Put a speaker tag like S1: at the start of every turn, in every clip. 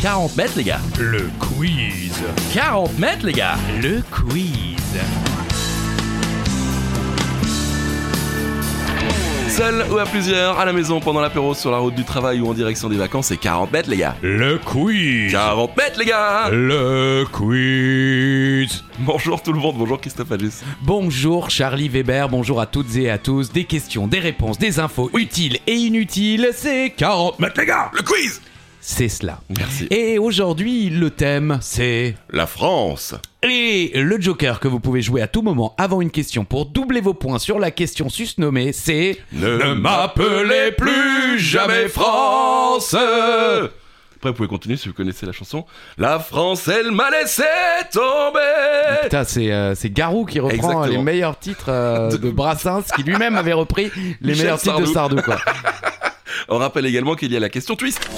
S1: 40 mètres, les gars.
S2: Le quiz.
S1: 40 mètres, les gars.
S2: Le quiz.
S1: Seul ou à plusieurs, à la maison, pendant l'apéro, sur la route du travail ou en direction des vacances, c'est 40 mètres, les gars.
S2: Le quiz.
S1: 40 mètres, les gars.
S2: Le quiz.
S1: Bonjour tout le monde, bonjour Christophe Agis.
S3: Bonjour Charlie Weber, bonjour à toutes et à tous. Des questions, des réponses, des infos utiles et inutiles, c'est 40 mètres, les gars
S1: Ah, Le quiz
S3: C'est cela.
S1: Merci.
S3: Et aujourd'hui, le thème, c'est...
S1: La France.
S3: Et le joker que vous pouvez jouer à tout moment avant une question pour doubler vos points sur la question susnommée, c'est...
S1: Ne m'appelez plus jamais France Après, vous pouvez continuer si vous connaissez la chanson. La France, elle m'a laissé tomber
S3: Putain, c'est euh, c'est Garou qui reprend
S1: Exactement.
S3: les meilleurs titres euh,
S1: De-
S3: de Brassens, qui lui-même avait repris les
S1: Michel
S3: meilleurs titres de Sardou. Quoi.
S1: On rappelle également qu'il y a la question twist.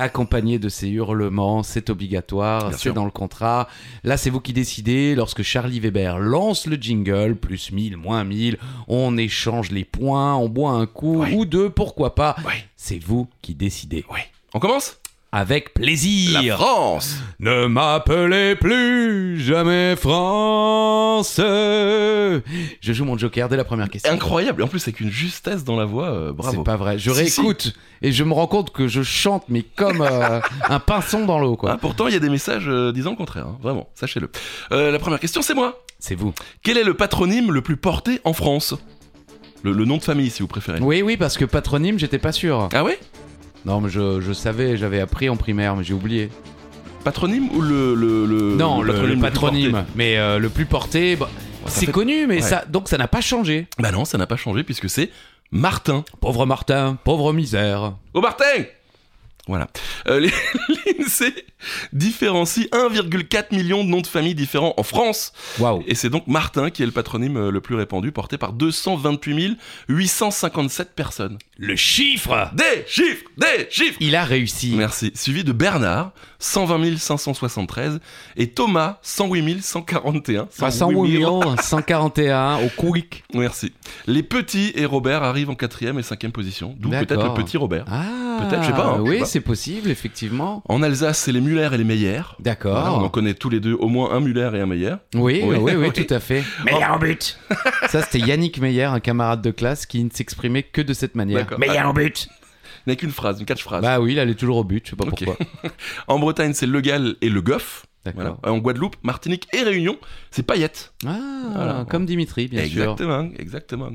S3: Accompagné de ces hurlements, c'est obligatoire,
S1: Bien
S3: c'est
S1: sûr.
S3: dans le contrat. Là, c'est vous qui décidez. Lorsque Charlie Weber lance le jingle, plus 1000, moins 1000, on échange les points, on boit un coup
S1: Ouais.
S3: ou deux, pourquoi pas.
S1: Ouais.
S3: C'est vous qui décidez.
S1: On commence
S3: Avec
S1: La
S3: plaisir.
S1: France
S3: Ne m'appelez plus jamais France. Je joue mon joker dès la première question.
S1: Incroyable, en plus avec une justesse dans la voix, euh, bravo.
S3: C'est pas vrai. Je
S1: Si,
S3: réécoute et je me rends compte que je chante, mais comme euh, un pinson dans l'eau,
S1: Ah,
S3: quoi.
S1: pourtant, il y a des messages euh, disant le contraire, hein, vraiment, sachez-le. Euh, la première question, c'est moi.
S3: C'est vous.
S1: Quel est le patronyme le plus porté en France le, le nom de famille, si vous préférez.
S3: Oui, oui, parce que patronyme, j'étais pas sûr.
S1: Ah ouais
S3: Non, mais je, je savais, j'avais appris en primaire, mais j'ai oublié.
S1: Patronyme ou le... le, le-
S3: non,
S1: Euh, le
S3: le, le
S1: patronyme, le plus
S3: patronyme,
S1: porté
S3: mais euh, le plus porté, bah,
S1: Bah, ça
S3: c'est
S1: fait-
S3: connu, mais
S1: ouais.
S3: ça, donc ça n'a pas changé.
S1: Bah non, ça n'a pas changé puisque c'est Martin.
S3: Pauvre Martin, pauvre misère.
S1: Au Martin Voilà. Euh, les- L'INSEE différencie 1,4 million de noms de famille différents en France.
S3: Waouh.
S1: Et c'est donc Martin qui est le patronyme euh, le plus répandu, porté par 228 857 personnes.
S3: Le chiffre.
S1: Des chiffres Des chiffres
S3: Il a réussi.
S1: Merci. Suivi de Bernard, 120 573, et Thomas, 108 141.
S3: 300 millions, 141 au quick.
S1: Merci. Les petits et Robert arrivent en quatrième et cinquième position, d'où peut-être le
S3: D'accord.
S1: petit Robert.
S3: Ah.
S1: Peut-être, je sais pas, hein, je sais
S3: oui,
S1: pas.
S3: c'est possible, effectivement.
S1: En Alsace, c'est les Muller et les Meyer.
S3: D'accord.
S1: Voilà, on en connaît tous les deux, au moins un Muller et un Meyer.
S3: Oui,
S1: Ah, Oui.
S3: oui, oui,
S1: Oui.
S3: tout à fait.
S1: Oh.
S3: en but Ça, c'était Yannick Meyer, un camarade de classe qui ne s'exprimait que de cette manière.
S1: D'accord.
S3: en but
S1: Il n'y a qu'une phrase, une catchphrase.
S3: Bah oui, il allait toujours au but, je sais pas
S1: Ok.
S3: pourquoi.
S1: En Bretagne, c'est Le Gall et Le Goff. Voilà.
S3: D'accord.
S1: En Guadeloupe, Martinique et Réunion, c'est Payette.
S3: Ah,
S1: Voilà.
S3: comme Dimitri, bien sûr.
S1: exactement, exactement.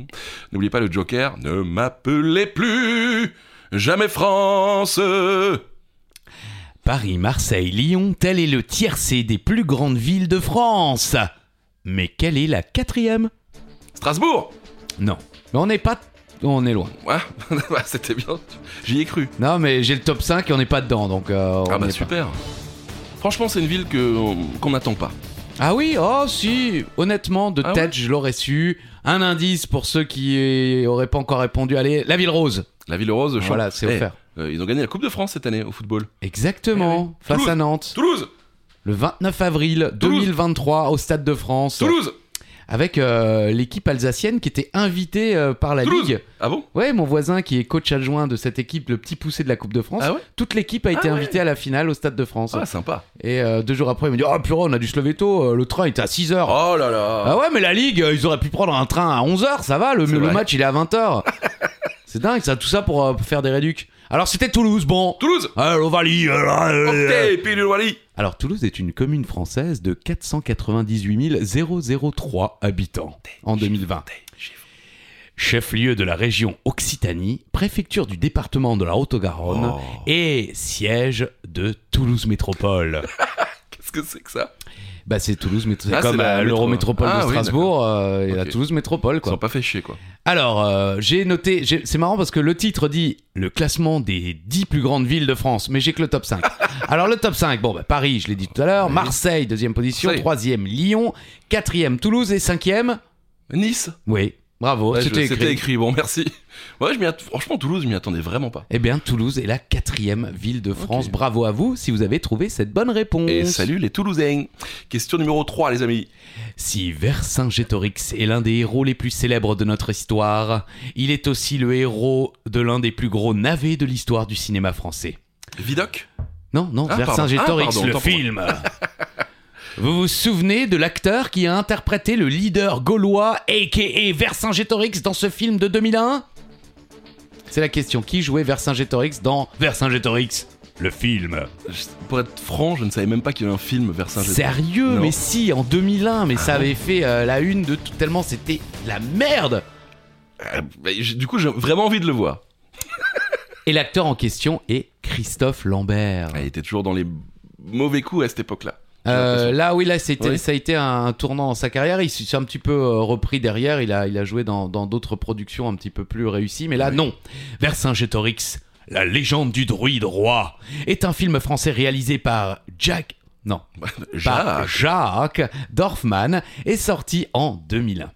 S1: N'oubliez pas le Joker, ne m'appelez plus jamais France.
S3: Paris, Marseille, Lyon, tel est le tiercé des plus grandes villes de France. Mais quelle est la quatrième
S1: Strasbourg
S3: Non. Mais on n'est pas... On est loin.
S1: Ouais, ouais, c'était bien. J'y ai cru.
S3: Non, mais j'ai le top 5 et on n'est pas dedans, donc... euh, on
S1: ah
S3: n'est
S1: bah
S3: pas.
S1: super. Franchement, c'est une ville que qu'on n'attend pas.
S3: Ah oui, oh si, honnêtement, de
S1: Ah
S3: tête, je l'aurais su. Un indice pour ceux qui auraient pas encore répondu, allez, la Ville Rose.
S1: La ville rose, je
S3: Voilà, c'est
S1: Eh,
S3: offert.
S1: euh, ils ont gagné la Coupe de France cette année au football.
S3: Exactement,
S1: Eh oui.
S3: face
S1: Toulouse.
S3: à Nantes,
S1: Toulouse
S3: le 29 avril
S1: Toulouse.
S3: 2023 au Stade de France,
S1: Toulouse
S3: avec euh, l'équipe alsacienne qui était invitée euh, par la
S1: Toulouse.
S3: Ligue.
S1: Ah bon
S3: Ouais, mon voisin qui est coach adjoint de cette équipe, le petit poussé de la Coupe de France,
S1: Ah ouais
S3: toute l'équipe a été
S1: Ah ouais.
S3: invitée à la finale au Stade de France.
S1: Ah sympa.
S3: Et euh, deux jours après, il me dit, oh purée, on a dû se lever tôt, euh, le train était à 6h.
S1: Oh là là
S3: Ah ouais, mais la Ligue, euh, ils auraient pu prendre un train à 11h, ça va, le,
S1: C'est
S3: le
S1: vrai.
S3: match il est à 20h. c'est dingue, ça, tout ça pour, euh, pour faire des réducs. Alors c'était Toulouse, bon.
S1: Toulouse
S3: Ah, l'Ovalie, euh, là, euh, euh.
S1: Ok, puis le Wally
S3: Alors Toulouse est une commune française de 498 003 habitants en 2020. Chef-lieu de la région Occitanie, préfecture du département de la Haute-Garonne
S1: Oh.
S3: et siège de Toulouse Métropole.
S1: Qu'est-ce que c'est que ça
S3: bah c'est Toulouse Métropole,
S1: Ah, c'est
S3: comme
S1: la
S3: euh,
S1: métro.
S3: l'Eurométropole
S1: Ah
S3: de
S1: oui,
S3: Strasbourg euh, et la
S1: Ok.
S3: Toulouse Métropole
S1: Ils
S3: quoi.
S1: sont pas fait chier quoi.
S3: Alors, euh, j'ai noté, j'ai- c'est marrant parce que le titre dit le classement des 10 plus grandes villes de France, mais j'ai que le top 5. Alors, le top 5, bon, bah, Paris, je l'ai dit tout à l'heure,
S1: Oui.
S3: Marseille, deuxième position,
S1: Marseille.
S3: troisième, Lyon, quatrième, Toulouse et cinquième.
S1: Nice
S3: Oui, bravo,
S1: Ouais, je-
S3: c'était écrit.
S1: bon merci. Ouais, je m'y att- franchement Toulouse, je m'y attendais vraiment pas.
S3: Eh bien, Toulouse est la quatrième ville de France.
S1: Ok.
S3: Bravo à vous si vous avez trouvé cette bonne réponse.
S1: Et salut les Toulousains. Question numéro 3 les amis.
S3: Si Vercingétorix est l'un des héros les plus célèbres de notre histoire, il est aussi le héros de l'un des plus gros navets de l'histoire du cinéma français.
S1: Vidocq
S3: Non, non,
S1: Ah, pardon. Ah,
S3: Vercingétorix,
S1: pardon,
S3: le
S1: autant pour moi.
S3: film. vous vous souvenez de l'acteur qui a interprété le leader gaulois, a.k.a. Vercingétorix, dans ce film de 2001 C'est la question. Qui jouait Vercingétorix dans Vercingétorix, le film
S1: Je- Pour être franc, je ne savais même pas qu'il y avait un film Vercingétorix.
S3: Sérieux
S1: Non.
S3: Mais si, en 2001, mais ça
S1: Ah
S3: avait fait euh, la une de tout, tellement c'était de la merde
S1: Euh, mais j'ai- Du coup, j'ai vraiment envie de le voir.
S3: Et l'acteur en question est Christophe Lambert.
S1: Ah, Il était toujours dans les mauvais coups à cette époque-là. j'ai
S3: Euh,
S1: l'impression.
S3: là, oui, là, c'était,
S1: Oui.
S3: ça a été un, un tournant dans sa carrière. Il s'est un petit peu euh, repris derrière. Il a, il a joué dans dans d'autres productions un petit peu plus réussies. Mais là, non. Vercingétorix, la légende du druide roi, est un film français réalisé par Jack. Non, par
S1: Jacques.
S3: Jacques Dorfman est sorti en 2001.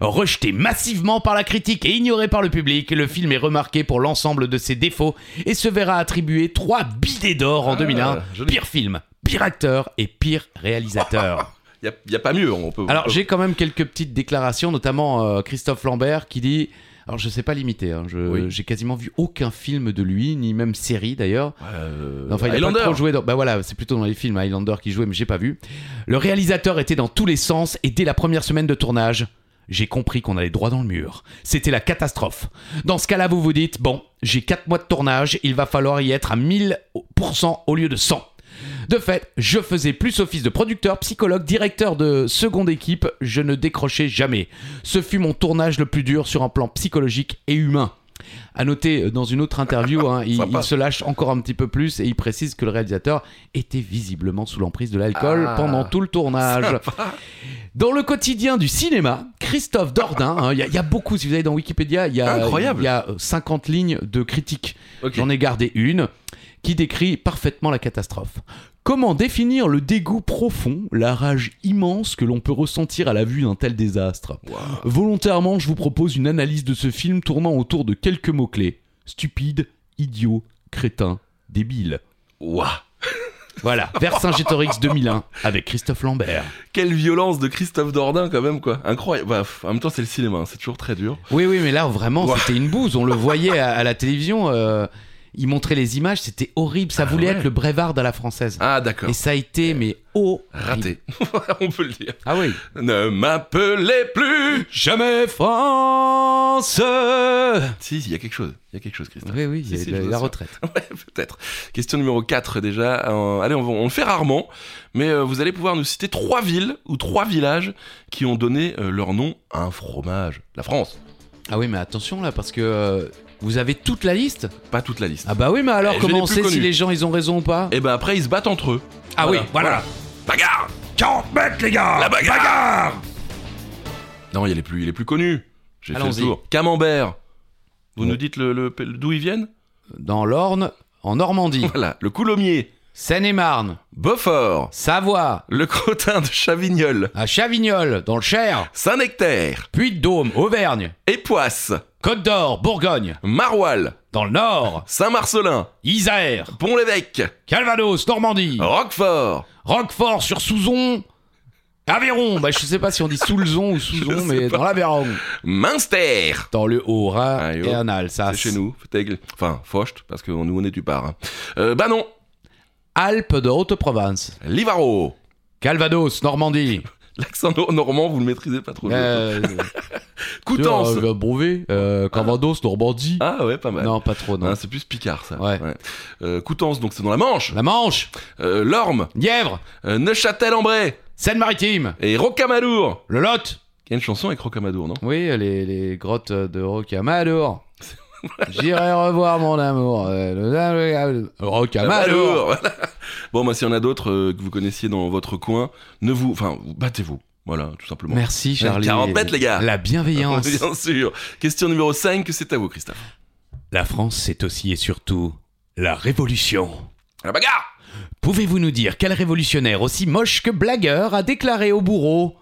S3: Rejeté massivement par la critique et ignoré par le public, le film est remarqué pour l'ensemble de ses défauts et se verra attribuer 3 bidets d'or en
S1: Ah,
S3: 2001.
S1: joli.
S3: Pire film, pire acteur et pire réalisateur.
S1: Il n'y a, pas mieux, on peut.
S3: Alors
S1: on peut-
S3: j'ai quand même quelques petites déclarations, notamment euh, Christophe Lambert qui dit... Alors je sais pas l'imiter, hein, je-
S1: Oui.
S3: j'ai quasiment vu aucun film de lui, ni même série d'ailleurs.
S1: Euh,
S3: Enfin, il a
S1: Highlander.
S3: pas trop joué dans... Bah voilà, c'est plutôt dans les films Highlander qui jouait, mais j'ai pas vu. Le réalisateur était dans tous les sens et dès la première semaine de tournage, j'ai compris qu'on allait droit dans le mur. C'était la catastrophe. Dans ce cas-là, vous vous dites, bon, j'ai 4 mois de tournage, il va falloir y être à 1000% au lieu de 100. De fait, je faisais plus office de producteur, psychologue, directeur de seconde équipe, je ne décrochais jamais. Ce fut mon tournage le plus dur sur un plan psychologique et humain. À noter, euh, dans une autre interview, hein, il,
S1: Sympa.
S3: il se lâche encore un petit peu plus et il précise que le réalisateur était visiblement sous l'emprise de l'alcool
S1: Ah.
S3: pendant tout le tournage. Dans le quotidien du cinéma, Christophe Dordain, hein, il y, a- il y a beaucoup, si vous allez dans Wikipédia, il y a,
S1: Incroyable.
S3: il y a euh, 50 lignes de critiques.
S1: Ok.
S3: J'en ai gardé une qui décrit parfaitement la catastrophe. Comment définir le dégoût profond, la rage immense que l'on peut ressentir à la vue d'un tel désastre
S1: Waouh.
S3: Volontairement, je vous propose une analyse de ce film tournant autour de quelques mots-clés. Stupide, idiot, crétin, débile.
S1: Waouh.
S3: Voilà, Vercingétorix 2001 avec Christophe Lambert.
S1: Quelle violence de Christophe Dordain, quand même, quoi. Incroyable. Bah, pff, en même temps, c'est le cinéma, hein, c'est toujours très dur.
S3: Oui, oui, mais là, vraiment,
S1: Ouah.
S3: c'était une bouse. On le voyait à, à la télévision. euh, il montrait les images, c'était horrible. Ça voulait
S1: Ah ouais.
S3: être le Brevard à la française.
S1: Ah, d'accord.
S3: Et ça a été, mais oh
S1: Raté. On peut le dire.
S3: Ah oui.
S1: Ne m'appelez plus
S3: Jamais France Oui,
S1: Si, il y a quelque chose. Il y a quelque chose, Christophe.
S3: oui, il y a
S1: Si, si,
S3: de-
S1: je vous
S3: la
S1: assure.
S3: retraite.
S1: Ouais, peut-être. Question numéro 4 déjà. Euh, allez, on, va- on le fait rarement, mais euh, vous allez pouvoir nous citer trois villes ou trois villages qui ont donné euh, leur nom à un fromage. La France.
S3: Ah oui, mais attention là, parce que euh, vous avez toute la liste
S1: Pas toute la liste.
S3: Ah bah oui, mais alors
S1: Eh, je
S3: comment
S1: l'ai
S3: on
S1: plus
S3: sait si
S1: connu.
S3: les gens ils ont raison ou pas
S1: Et ben après, ils se battent entre eux.
S3: Ah
S1: voilà,
S3: oui, voilà.
S1: Bagarre
S2: 40 mètres, les gars
S1: La bagarre, Non, il est les plus, il est plus connu. J'ai fait le
S3: Allons-y.
S1: tour. Camembert. Vous
S3: Ouais.
S1: nous dites le, le- d'où ils viennent
S3: Dans l'Orne, en Normandie,
S1: Voilà. Le Coulommiers.
S3: Seine-et-Marne,
S1: Beaufort.
S3: Savoie,
S1: Le Crottin de Chavignol.
S3: à Chavignol, dans le Cher,
S1: Saint-Nectaire.
S3: Puy-de-Dôme, Auvergne,
S1: Époisse.
S3: Côte d'Or, Bourgogne,
S1: Maroilles.
S3: dans le Nord,
S1: Saint-Marcelin.
S3: Isère,
S1: Pont-l'Évêque.
S3: Calvados, Normandie,
S1: Oh. Roquefort.
S3: Roquefort sur Souzon, Aveyron, bah je sais pas si on dit Soulzon ou Souzon, mais dans l'Aveyron,
S1: Munster.
S3: dans le
S1: Ah,
S3: Haut-Rhin
S1: yo.
S3: et en Alsace,
S1: C'est chez nous. Fetaigle. Enfin, Focht, parce que nous on est du part. hein. Euh, bah non.
S3: Alpes de Haute-Provence,
S1: Livaro.
S3: Calvados, Normandie,
S1: L'accent no- normand, vous le maîtrisez pas trop. je
S3: euh,
S1: crois. Coutances.
S3: euh, Beauvais, euh, Calvados, Normandie,
S1: Ah ouais, pas mal.
S3: non pas trop non.
S1: Hein, c'est plus Picard, ça.
S3: Ouais.
S1: Euh, Coutances, donc c'est dans la Manche.
S3: La Manche,
S1: Euh, Lorme,
S3: Nièvre,
S1: euh, Neuchâtel-en-Bray
S3: Seine-Maritime,
S1: et Rocamadour.
S3: le Lot.
S1: Il y a une chanson avec Rocamadour, non
S3: Oui, les, les grottes de Rocamadour. J'irai revoir mon amour. euh, le- Rocamadour.
S1: Voilà. Bon, bah, s'il y en a d'autres euh, que vous connaissiez dans votre coin, ne vous. Enfin, vous- battez-vous. Voilà, tout simplement.
S3: Merci Charlie.
S1: 40 mètres, les gars.
S3: La bienveillance.
S1: Bien sûr. Question numéro 5, c'est à vous, Christophe.
S2: La France, c'est aussi et surtout la révolution.
S1: À La bagarre
S3: Pouvez-vous nous dire quel révolutionnaire aussi moche que blagueur a déclaré au bourreau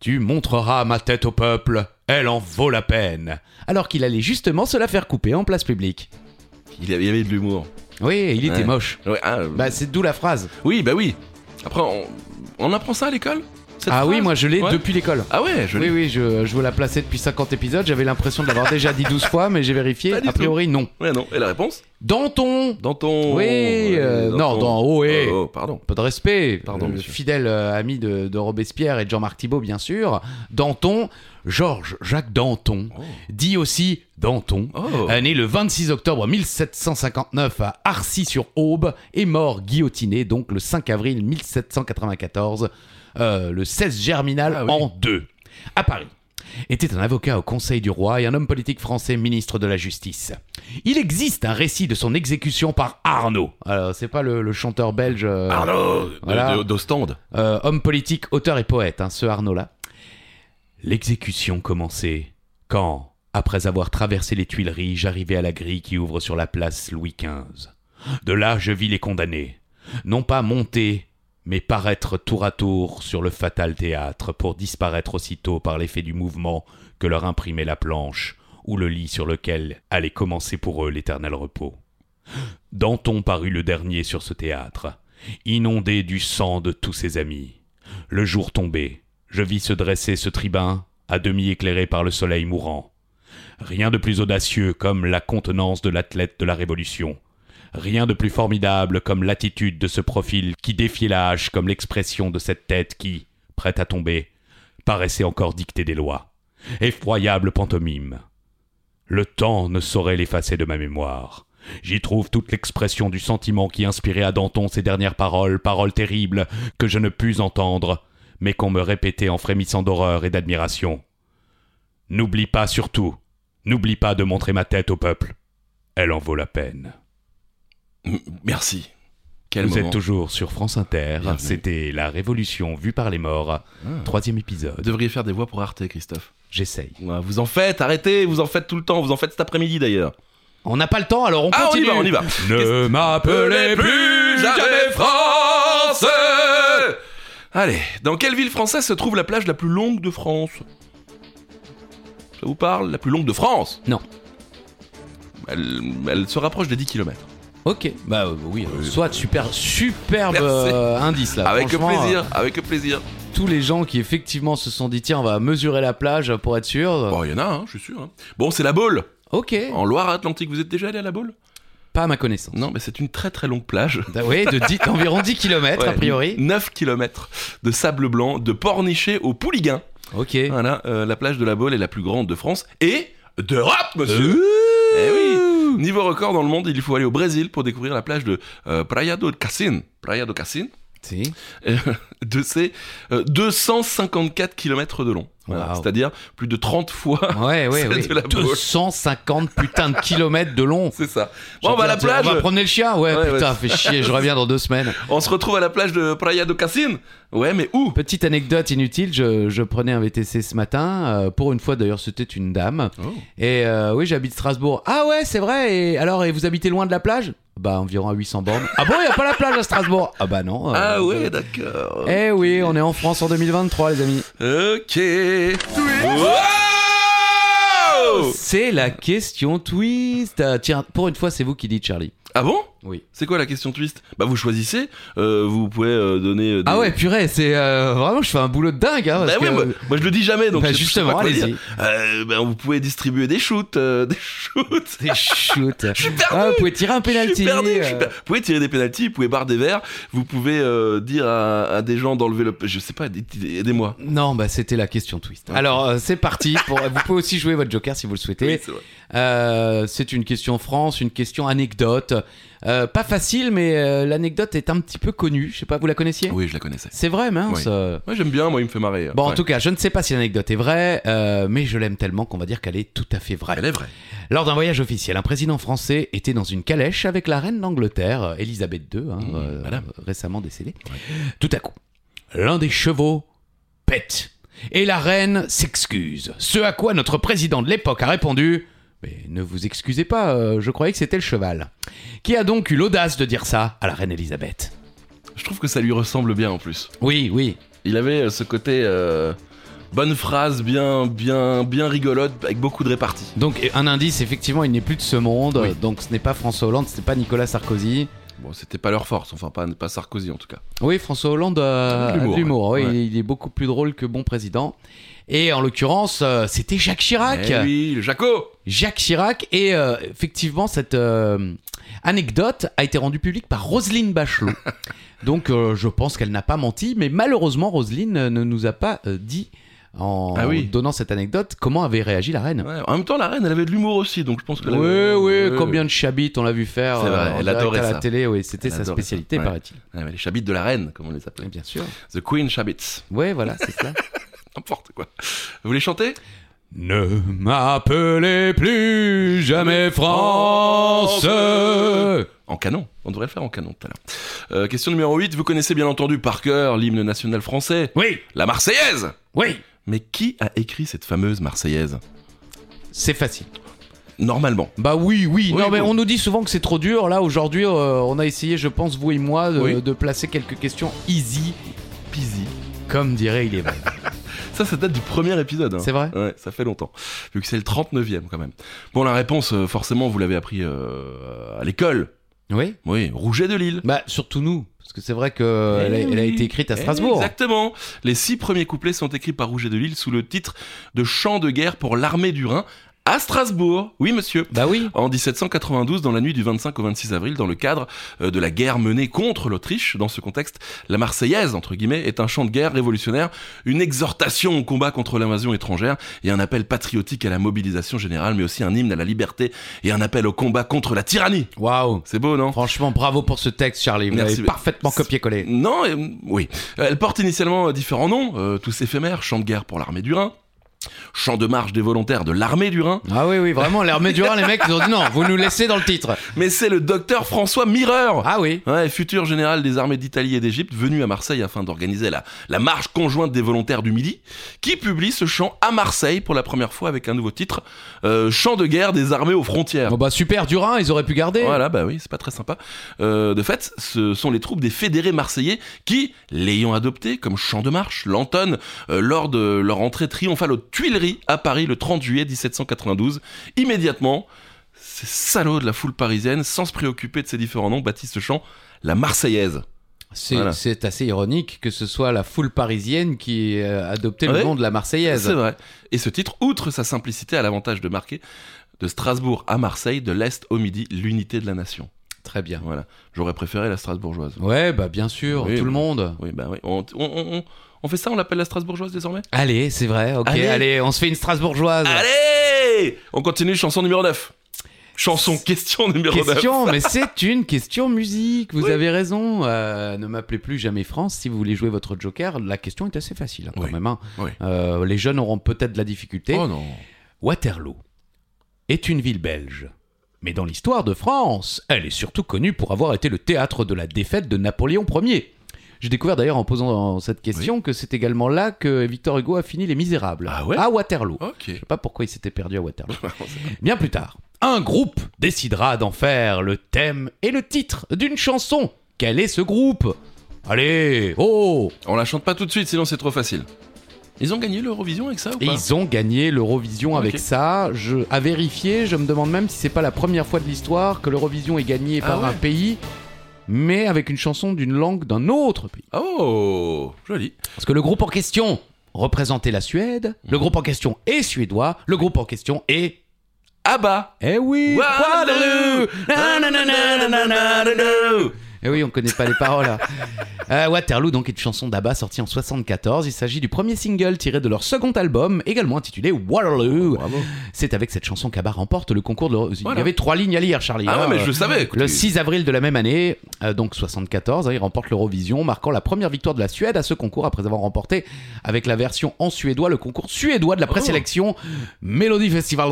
S3: Tu montreras ma tête au peuple, elle en vaut la peine alors qu'il allait justement se la faire couper en place publique.
S1: il y avait, il y avait de l'humour.
S3: Oui, il était
S1: Ouais.
S3: moche.
S1: Ouais, ah, euh,
S3: Bah, c'est d'où la phrase.
S1: oui, bah oui. Après, on, on apprend ça à l'école cette
S3: ah oui,
S1: phrase
S3: moi je l'ai
S1: Ouais.
S3: depuis l'école.
S1: Ah ouais, je
S3: Oui,
S1: l'ai.
S3: oui, je, je vous la plaçais depuis 50 épisodes. J'avais l'impression de l'avoir déjà dit 12 fois, mais j'ai vérifié.
S1: Pas du
S3: A priori, non.
S1: Ouais, non. Et la réponse
S3: Danton
S1: Danton.
S3: Oui, euh, non, dans oh, eh.
S1: Oh, pardon.
S3: Peu de respect,
S1: Pardon,
S3: le
S1: monsieur.
S3: fidèle euh, ami de, de Robespierre et de Jean-Marc Thibault, bien sûr. Danton, Georges Jacques Danton,
S1: Oh.
S3: dit aussi Danton,
S1: Oh.
S3: euh, né le 26 octobre 1759 à Arcy-sur-Aube et mort guillotiné donc le 5 avril 1794, euh, le 16 germinal
S1: Ah oui.
S3: en 2, à Paris. Était un avocat au Conseil du roi et un homme politique français ministre de la Justice. Il existe un récit de son exécution par Arnaud. Alors, c'est pas le, le chanteur belge. euh,
S1: Arnaud de-
S3: voilà.
S1: de- d'Ostende.
S3: euh, homme politique, auteur et poète, hein, ce Arnaud-là. L'exécution commençait quand, après avoir traversé les Tuileries, j'arrivais à la grille qui ouvre sur la place Louis XV. De là, je vis les condamnés, non pas monter, mais paraître tour à tour sur le fatal théâtre pour disparaître aussitôt par l'effet du mouvement que leur imprimait la planche ou le lit sur lequel allait commencer pour eux l'éternel repos. Danton parut le dernier sur ce théâtre, inondé du sang de tous ses amis. Le jour tombait, je vis se dresser ce tribun, à demi éclairé par le soleil mourant. Rien de plus audacieux comme la contenance de l'athlète de la Révolution. Rien de plus formidable comme l'attitude de ce profil qui défiait l'âge, comme l'expression de cette tête qui, prête à tomber, paraissait encore dicter des lois. Effroyable pantomime. Le temps ne saurait l'effacer de ma mémoire. J'y trouve toute l'expression du sentiment qui inspirait à Danton ces dernières paroles, paroles terribles que je ne pus entendre, mais qu'on me répétait en frémissant d'horreur et d'admiration. N'oublie pas surtout, n'oublie pas de montrer ma tête au peuple. Elle en vaut la peine.
S1: M- Merci. Quel
S3: Vous
S1: moment.
S3: êtes toujours sur France Inter.
S1: Bienvenue.
S3: C'était La Révolution vue par les morts, troisième épisode.
S1: Vous devriez faire des voix pour Arte, Christophe.
S3: J'essaye.
S1: Ouais, Vous en faites, arrêtez, vous en faites tout le temps, vous en faites cet après-midi d'ailleurs.
S3: On n'a pas le temps, alors on
S1: Ah, on y
S3: continue.
S1: va, on y va.
S3: Ne m'appelez plus jamais
S1: France Allez, dans quelle ville française se trouve la plage la plus longue de France Ça vous parle La plus longue de France
S3: Non.
S1: Elle, elle se rapproche des 10 km.
S3: Ok, bah euh, oui, euh, soit super, superbe
S1: Merci.
S3: euh, indice là.
S1: avec
S3: Franchement,
S1: plaisir, avec plaisir.
S3: euh, tous les gens qui effectivement se sont dit tiens, on va mesurer la plage pour être sûr.
S1: Bon, il y en a, hein, je suis sûr. hein. Bon, c'est la Baule,
S3: Ok,
S1: en Loire-Atlantique. Vous êtes déjà allé à la Baule
S3: pas à ma connaissance.
S1: Non, mais c'est une très très longue plage.
S3: Ah Oui, de 10 environ 10 km a
S1: Ouais,
S3: priori.
S1: 9 km de sable blanc, de Pornichet au Pouliguen.
S3: Ok.
S1: Voilà, euh, la plage de la Baule est la plus grande de France et d'Europe, monsieur Eh oui Niveau record dans le monde, il faut aller au Brésil pour découvrir la plage de euh, Praia do Cassin. Praia do Cassin,
S3: Si.
S1: euh, de ses euh, 254 km de long. Voilà,
S3: Wow.
S1: C'est-à-dire plus de 30 fois.
S3: Ouais, ouais,
S1: C'est
S3: ouais.
S1: de la boule.
S3: 250 putains de kilomètres de long.
S1: C'est ça. Bon, on va à la
S3: J'ai envie de dire,
S1: plage.
S3: On va promener le chien, ouais,
S1: Ouais,
S3: putain, fais chier, je reviens dans deux semaines.
S1: On se retrouve à la plage de Praia do Cassin. Ouais, mais où
S3: Petite anecdote inutile, je, je prenais un VTC ce matin, euh, pour une fois d'ailleurs c'était une dame,
S1: Oh.
S3: et euh, oui j'habite Strasbourg. Ah ouais c'est vrai, et alors et vous habitez loin de la plage Bah environ à 800 bornes. Ah bon, il a pas la plage à Strasbourg Ah bah non. euh,
S1: Ah
S3: euh,
S1: ouais, d'accord.
S3: Eh oui, on est en France en 2023 les amis.
S1: Ok. Wow
S3: C'est la question twist. Ah, Tiens, pour une fois c'est vous qui dites Charlie.
S1: ah bon
S3: Oui.
S1: C'est quoi la question twist Bah vous choisissez, euh, vous pouvez euh, donner... euh, des-
S3: Ah ouais purée, c'est euh, vraiment je fais un boulot de dingue. Hein, parce
S1: Bah oui,
S3: que-
S1: moi, moi, je le dis jamais, donc
S3: Bah,
S1: je- je sais
S3: justement,
S1: pas quoi
S3: allez-y.
S1: dire. Euh, bah, vous pouvez distribuer des shoots, euh, des shoots.
S3: Des shoots.
S1: Je suis perdu.
S3: Ah, vous pouvez tirer un
S1: Je
S3: pénalty.
S1: suis perdu, je suis
S3: euh.
S1: per- Vous pouvez tirer des pénalties, vous pouvez barre des verres, vous pouvez euh, dire à, à des gens d'enlever le... Je sais pas, aidez- aidez-moi.
S3: Non, bah c'était la question twist. Alors euh, c'est parti. Pour... vous pouvez aussi jouer votre joker si vous le souhaitez.
S1: Oui, c'est vrai.
S3: Euh, c'est une question France, une question anecdote. Euh, pas facile, mais euh, l'anecdote est un petit peu connue. Je sais pas, vous la connaissiez
S1: Oui, je la connaissais.
S3: C'est vrai, mince.
S1: Oui.
S3: euh.
S1: Moi j'aime bien, moi il me fait marrer.
S3: Bon, en
S1: Ouais.
S3: tout cas, je ne sais pas si l'anecdote est vraie, euh, mais je l'aime tellement qu'on va dire qu'elle est tout à fait vraie.
S1: Elle est vraie.
S3: Lors d'un voyage officiel, un président français était dans une calèche avec la reine d'Angleterre, euh, Elisabeth II, hein,
S1: Mmh,
S3: euh,
S1: madame.
S3: récemment décédée. Tout à coup, l'un des chevaux pète et la reine s'excuse. Ce à quoi notre président de l'époque a répondu Mais ne vous excusez pas, euh, je croyais que c'était le cheval. Qui a donc eu l'audace de dire ça à la reine Elisabeth
S1: Je trouve que ça lui ressemble bien en plus.
S3: Oui, oui.
S1: Il avait euh, ce côté... euh, Bonne phrase, bien, bien, bien rigolote, avec beaucoup de répartie.
S3: Donc, un indice, effectivement, il n'est plus de ce monde.
S1: Oui.
S3: Donc, ce n'est pas François Hollande, ce n'est pas Nicolas Sarkozy.
S1: Bon, c'était pas leur force, enfin pas, pas Sarkozy en tout cas.
S3: Oui, François Hollande a
S1: Ah,
S3: a
S1: De
S3: de
S1: l'humour,
S3: l'humour. oui,
S1: ouais. Ouais.
S3: Il est beaucoup plus drôle que bon président. Et en l'occurrence, euh, c'était Jacques Chirac.
S1: Eh oui, le Jaco
S3: Jacques Chirac. Et euh, effectivement, cette euh, anecdote a été rendue publique par Roselyne Bachelot. Donc, euh, je pense qu'elle n'a pas menti. Mais malheureusement, Roselyne euh, ne nous a pas euh, dit, en
S1: Ah oui.
S3: donnant cette anecdote, comment avait réagi la reine.
S1: Ouais, En même temps, la reine, elle avait de l'humour aussi, donc je pense que.
S3: Oui, oui, combien de chabites on l'a vu faire euh,
S1: C'est vrai,
S3: en
S1: elle
S3: direct
S1: adorait
S3: à la
S1: ça.
S3: télé, oui, c'était
S1: Elle
S3: sa
S1: adorait ça,
S3: spécialité,
S1: ouais.
S3: paraît-il.
S1: Ouais, mais les chabites de la reine, comme on les appelait.
S3: Bien sûr.
S1: The Queen Chabits.
S3: Ouais, voilà, c'est ça.
S1: N'importe quoi. Vous voulez chanter
S2: Ne m'appelez plus jamais
S1: France.
S2: France.
S1: En canon. On devrait le faire en canon tout à l'heure. Euh, question numéro 8. Vous connaissez bien entendu par cœur l'hymne national français,
S2: Oui,
S1: la Marseillaise
S2: oui.
S1: Mais qui a écrit cette fameuse Marseillaise
S3: C'est facile.
S1: Normalement.
S3: Bah oui, oui.
S1: Oui,
S3: non, mais
S1: oui.
S3: on nous dit souvent que c'est trop dur. Là, aujourd'hui, euh, on a essayé, je pense, vous et moi, de,
S1: Oui.
S3: de placer quelques questions easy,
S1: Pizzi.
S3: comme dirait il est vrai.
S1: Ça, ça date du premier épisode. hein.
S3: C'est vrai
S1: Ouais, ça fait longtemps. Vu que c'est le 39e quand même. Bon, la réponse, euh, forcément, vous l'avez appris euh, à l'école.
S3: Oui.
S1: Oui, Rouget de Lille.
S3: Bah surtout nous, parce que c'est vrai que elle, a- elle a été écrite à Strasbourg.
S1: Exactement. Les six premiers couplets sont écrits par Rouget de Lille sous le titre de Chant de guerre pour l'armée du Rhin à Strasbourg. Oui, monsieur.
S3: Bah oui.
S1: En 1792, dans la nuit du 25 au 26 avril, dans le cadre euh, de la guerre menée contre l'Autriche, dans ce contexte, la Marseillaise, entre guillemets, est un chant de guerre révolutionnaire, une exhortation au combat contre l'invasion étrangère et un appel patriotique à la mobilisation générale, mais aussi un hymne à la liberté et un appel au combat contre la tyrannie.
S3: Waouh.
S1: C'est beau, non
S3: Franchement, bravo pour ce texte, Charlie. Vous
S1: Merci.
S3: l'avez parfaitement copié-collé.
S1: non, euh, oui. Elle porte initialement euh, différents noms, euh, tous éphémères, chant de guerre pour l'armée du Rhin, chant de marche des volontaires de l'armée du Rhin,
S3: Ah oui, oui, vraiment, l'armée du Rhin, les mecs, ils ont dit non, vous nous laissez dans le titre.
S1: mais c'est le docteur François Mireur
S3: Ah oui.
S1: Ouais, futur général des armées d'Italie et d'Égypte, venu à Marseille afin d'organiser la, la marche conjointe des volontaires du Midi, qui publie ce chant à Marseille pour la première fois avec un nouveau titre, euh, Chant de guerre des armées aux frontières.
S3: Bon bah super, du Rhin, ils auraient pu garder.
S1: Voilà, bah oui, c'est pas très sympa. Euh, de fait, ce sont les troupes des fédérés marseillais qui, l'ayant adopté comme champ de marche, l'entonnent euh, lors de leur entrée triomphale aux Tuileries à Paris le 30 juillet 1792. Immédiatement, ces salauds de la foule parisienne, sans se préoccuper de ces différents noms, baptisent ce chant la Marseillaise.
S3: C'est
S1: Voilà.
S3: c'est assez ironique que ce soit la foule parisienne qui ait euh, adopté
S1: Ouais.
S3: le nom de la Marseillaise.
S1: Ah C'est vrai. Et ce titre, outre sa simplicité, a l'avantage de marquer de Strasbourg à Marseille, de l'Est au Midi, l'unité de la nation.
S3: Très bien.
S1: Voilà. J'aurais préféré la Strasbourgeoise.
S3: Ouais, bah bien sûr,
S1: Oui,
S3: tout le
S1: oui.
S3: monde.
S1: Oui, bah oui. On, on- on- on fait ça, on l'appelle la Strasbourgeoise désormais
S3: Allez, c'est vrai, ok,
S1: Allez.
S3: allez. on se fait une Strasbourgeoise.
S1: Allez On continue, chanson numéro 9. Chanson, question numéro 9.
S3: Question, mais c'est une question musique, vous
S1: Oui.
S3: avez raison. Euh, ne m'appelez plus jamais France si vous voulez jouer votre Joker. La question est assez facile hein, quand
S1: Oui.
S3: même. hein.
S1: Oui.
S3: Euh, les jeunes auront peut-être de la difficulté.
S1: Oh non.
S3: Waterloo est une ville belge. Mais dans l'histoire de France, elle est surtout connue pour avoir été le théâtre de la défaite de Napoléon Ier. J'ai découvert d'ailleurs en posant cette question que c'est également là que Victor Hugo a fini Les Misérables,
S1: Ah ouais
S3: à Waterloo.
S1: Ok.
S3: Je sais pas pourquoi il s'était perdu à Waterloo. Bien plus tard, un groupe décidera d'en faire le thème et le titre d'une chanson. Quel est ce groupe Allez, oh
S1: On la chante pas tout de suite, sinon c'est trop facile. Ils ont gagné l'Eurovision avec ça ou
S3: Et
S1: pas
S3: ils ont gagné l'Eurovision avec
S1: Ok.
S3: ça. Je, à vérifier, je me demande même si c'est pas la première fois de l'histoire que l'Eurovision est gagnée
S1: Ah
S3: par
S1: ouais
S3: un pays, mais avec une chanson d'une langue d'un autre pays.
S1: Oh, joli.
S3: Parce que le groupe en question représentait la Suède, le groupe en question est suédois, le groupe en question est.
S1: Ah bah
S3: Eh oui Waterloo Eh oui, on connaît pas les paroles. hein. Euh, Waterloo, donc, est une chanson d'Abba sortie en 74. Il s'agit du premier single tiré de leur second album, également intitulé Waterloo.
S1: Bravo.
S3: C'est avec cette chanson qu'Abba remporte le concours de l'Eurovision.
S1: Voilà.
S3: Il y avait trois lignes à lire, Charlie.
S1: Ah
S3: hein.
S1: ouais, mais je le savais. écoutez.
S3: Le 6 avril de la même année, euh, donc 74, hein, il remporte l'Eurovision, marquant la première victoire de la Suède à ce concours après avoir remporté avec la version en suédois le concours suédois de
S1: Oh.
S3: la présélection Melody Festival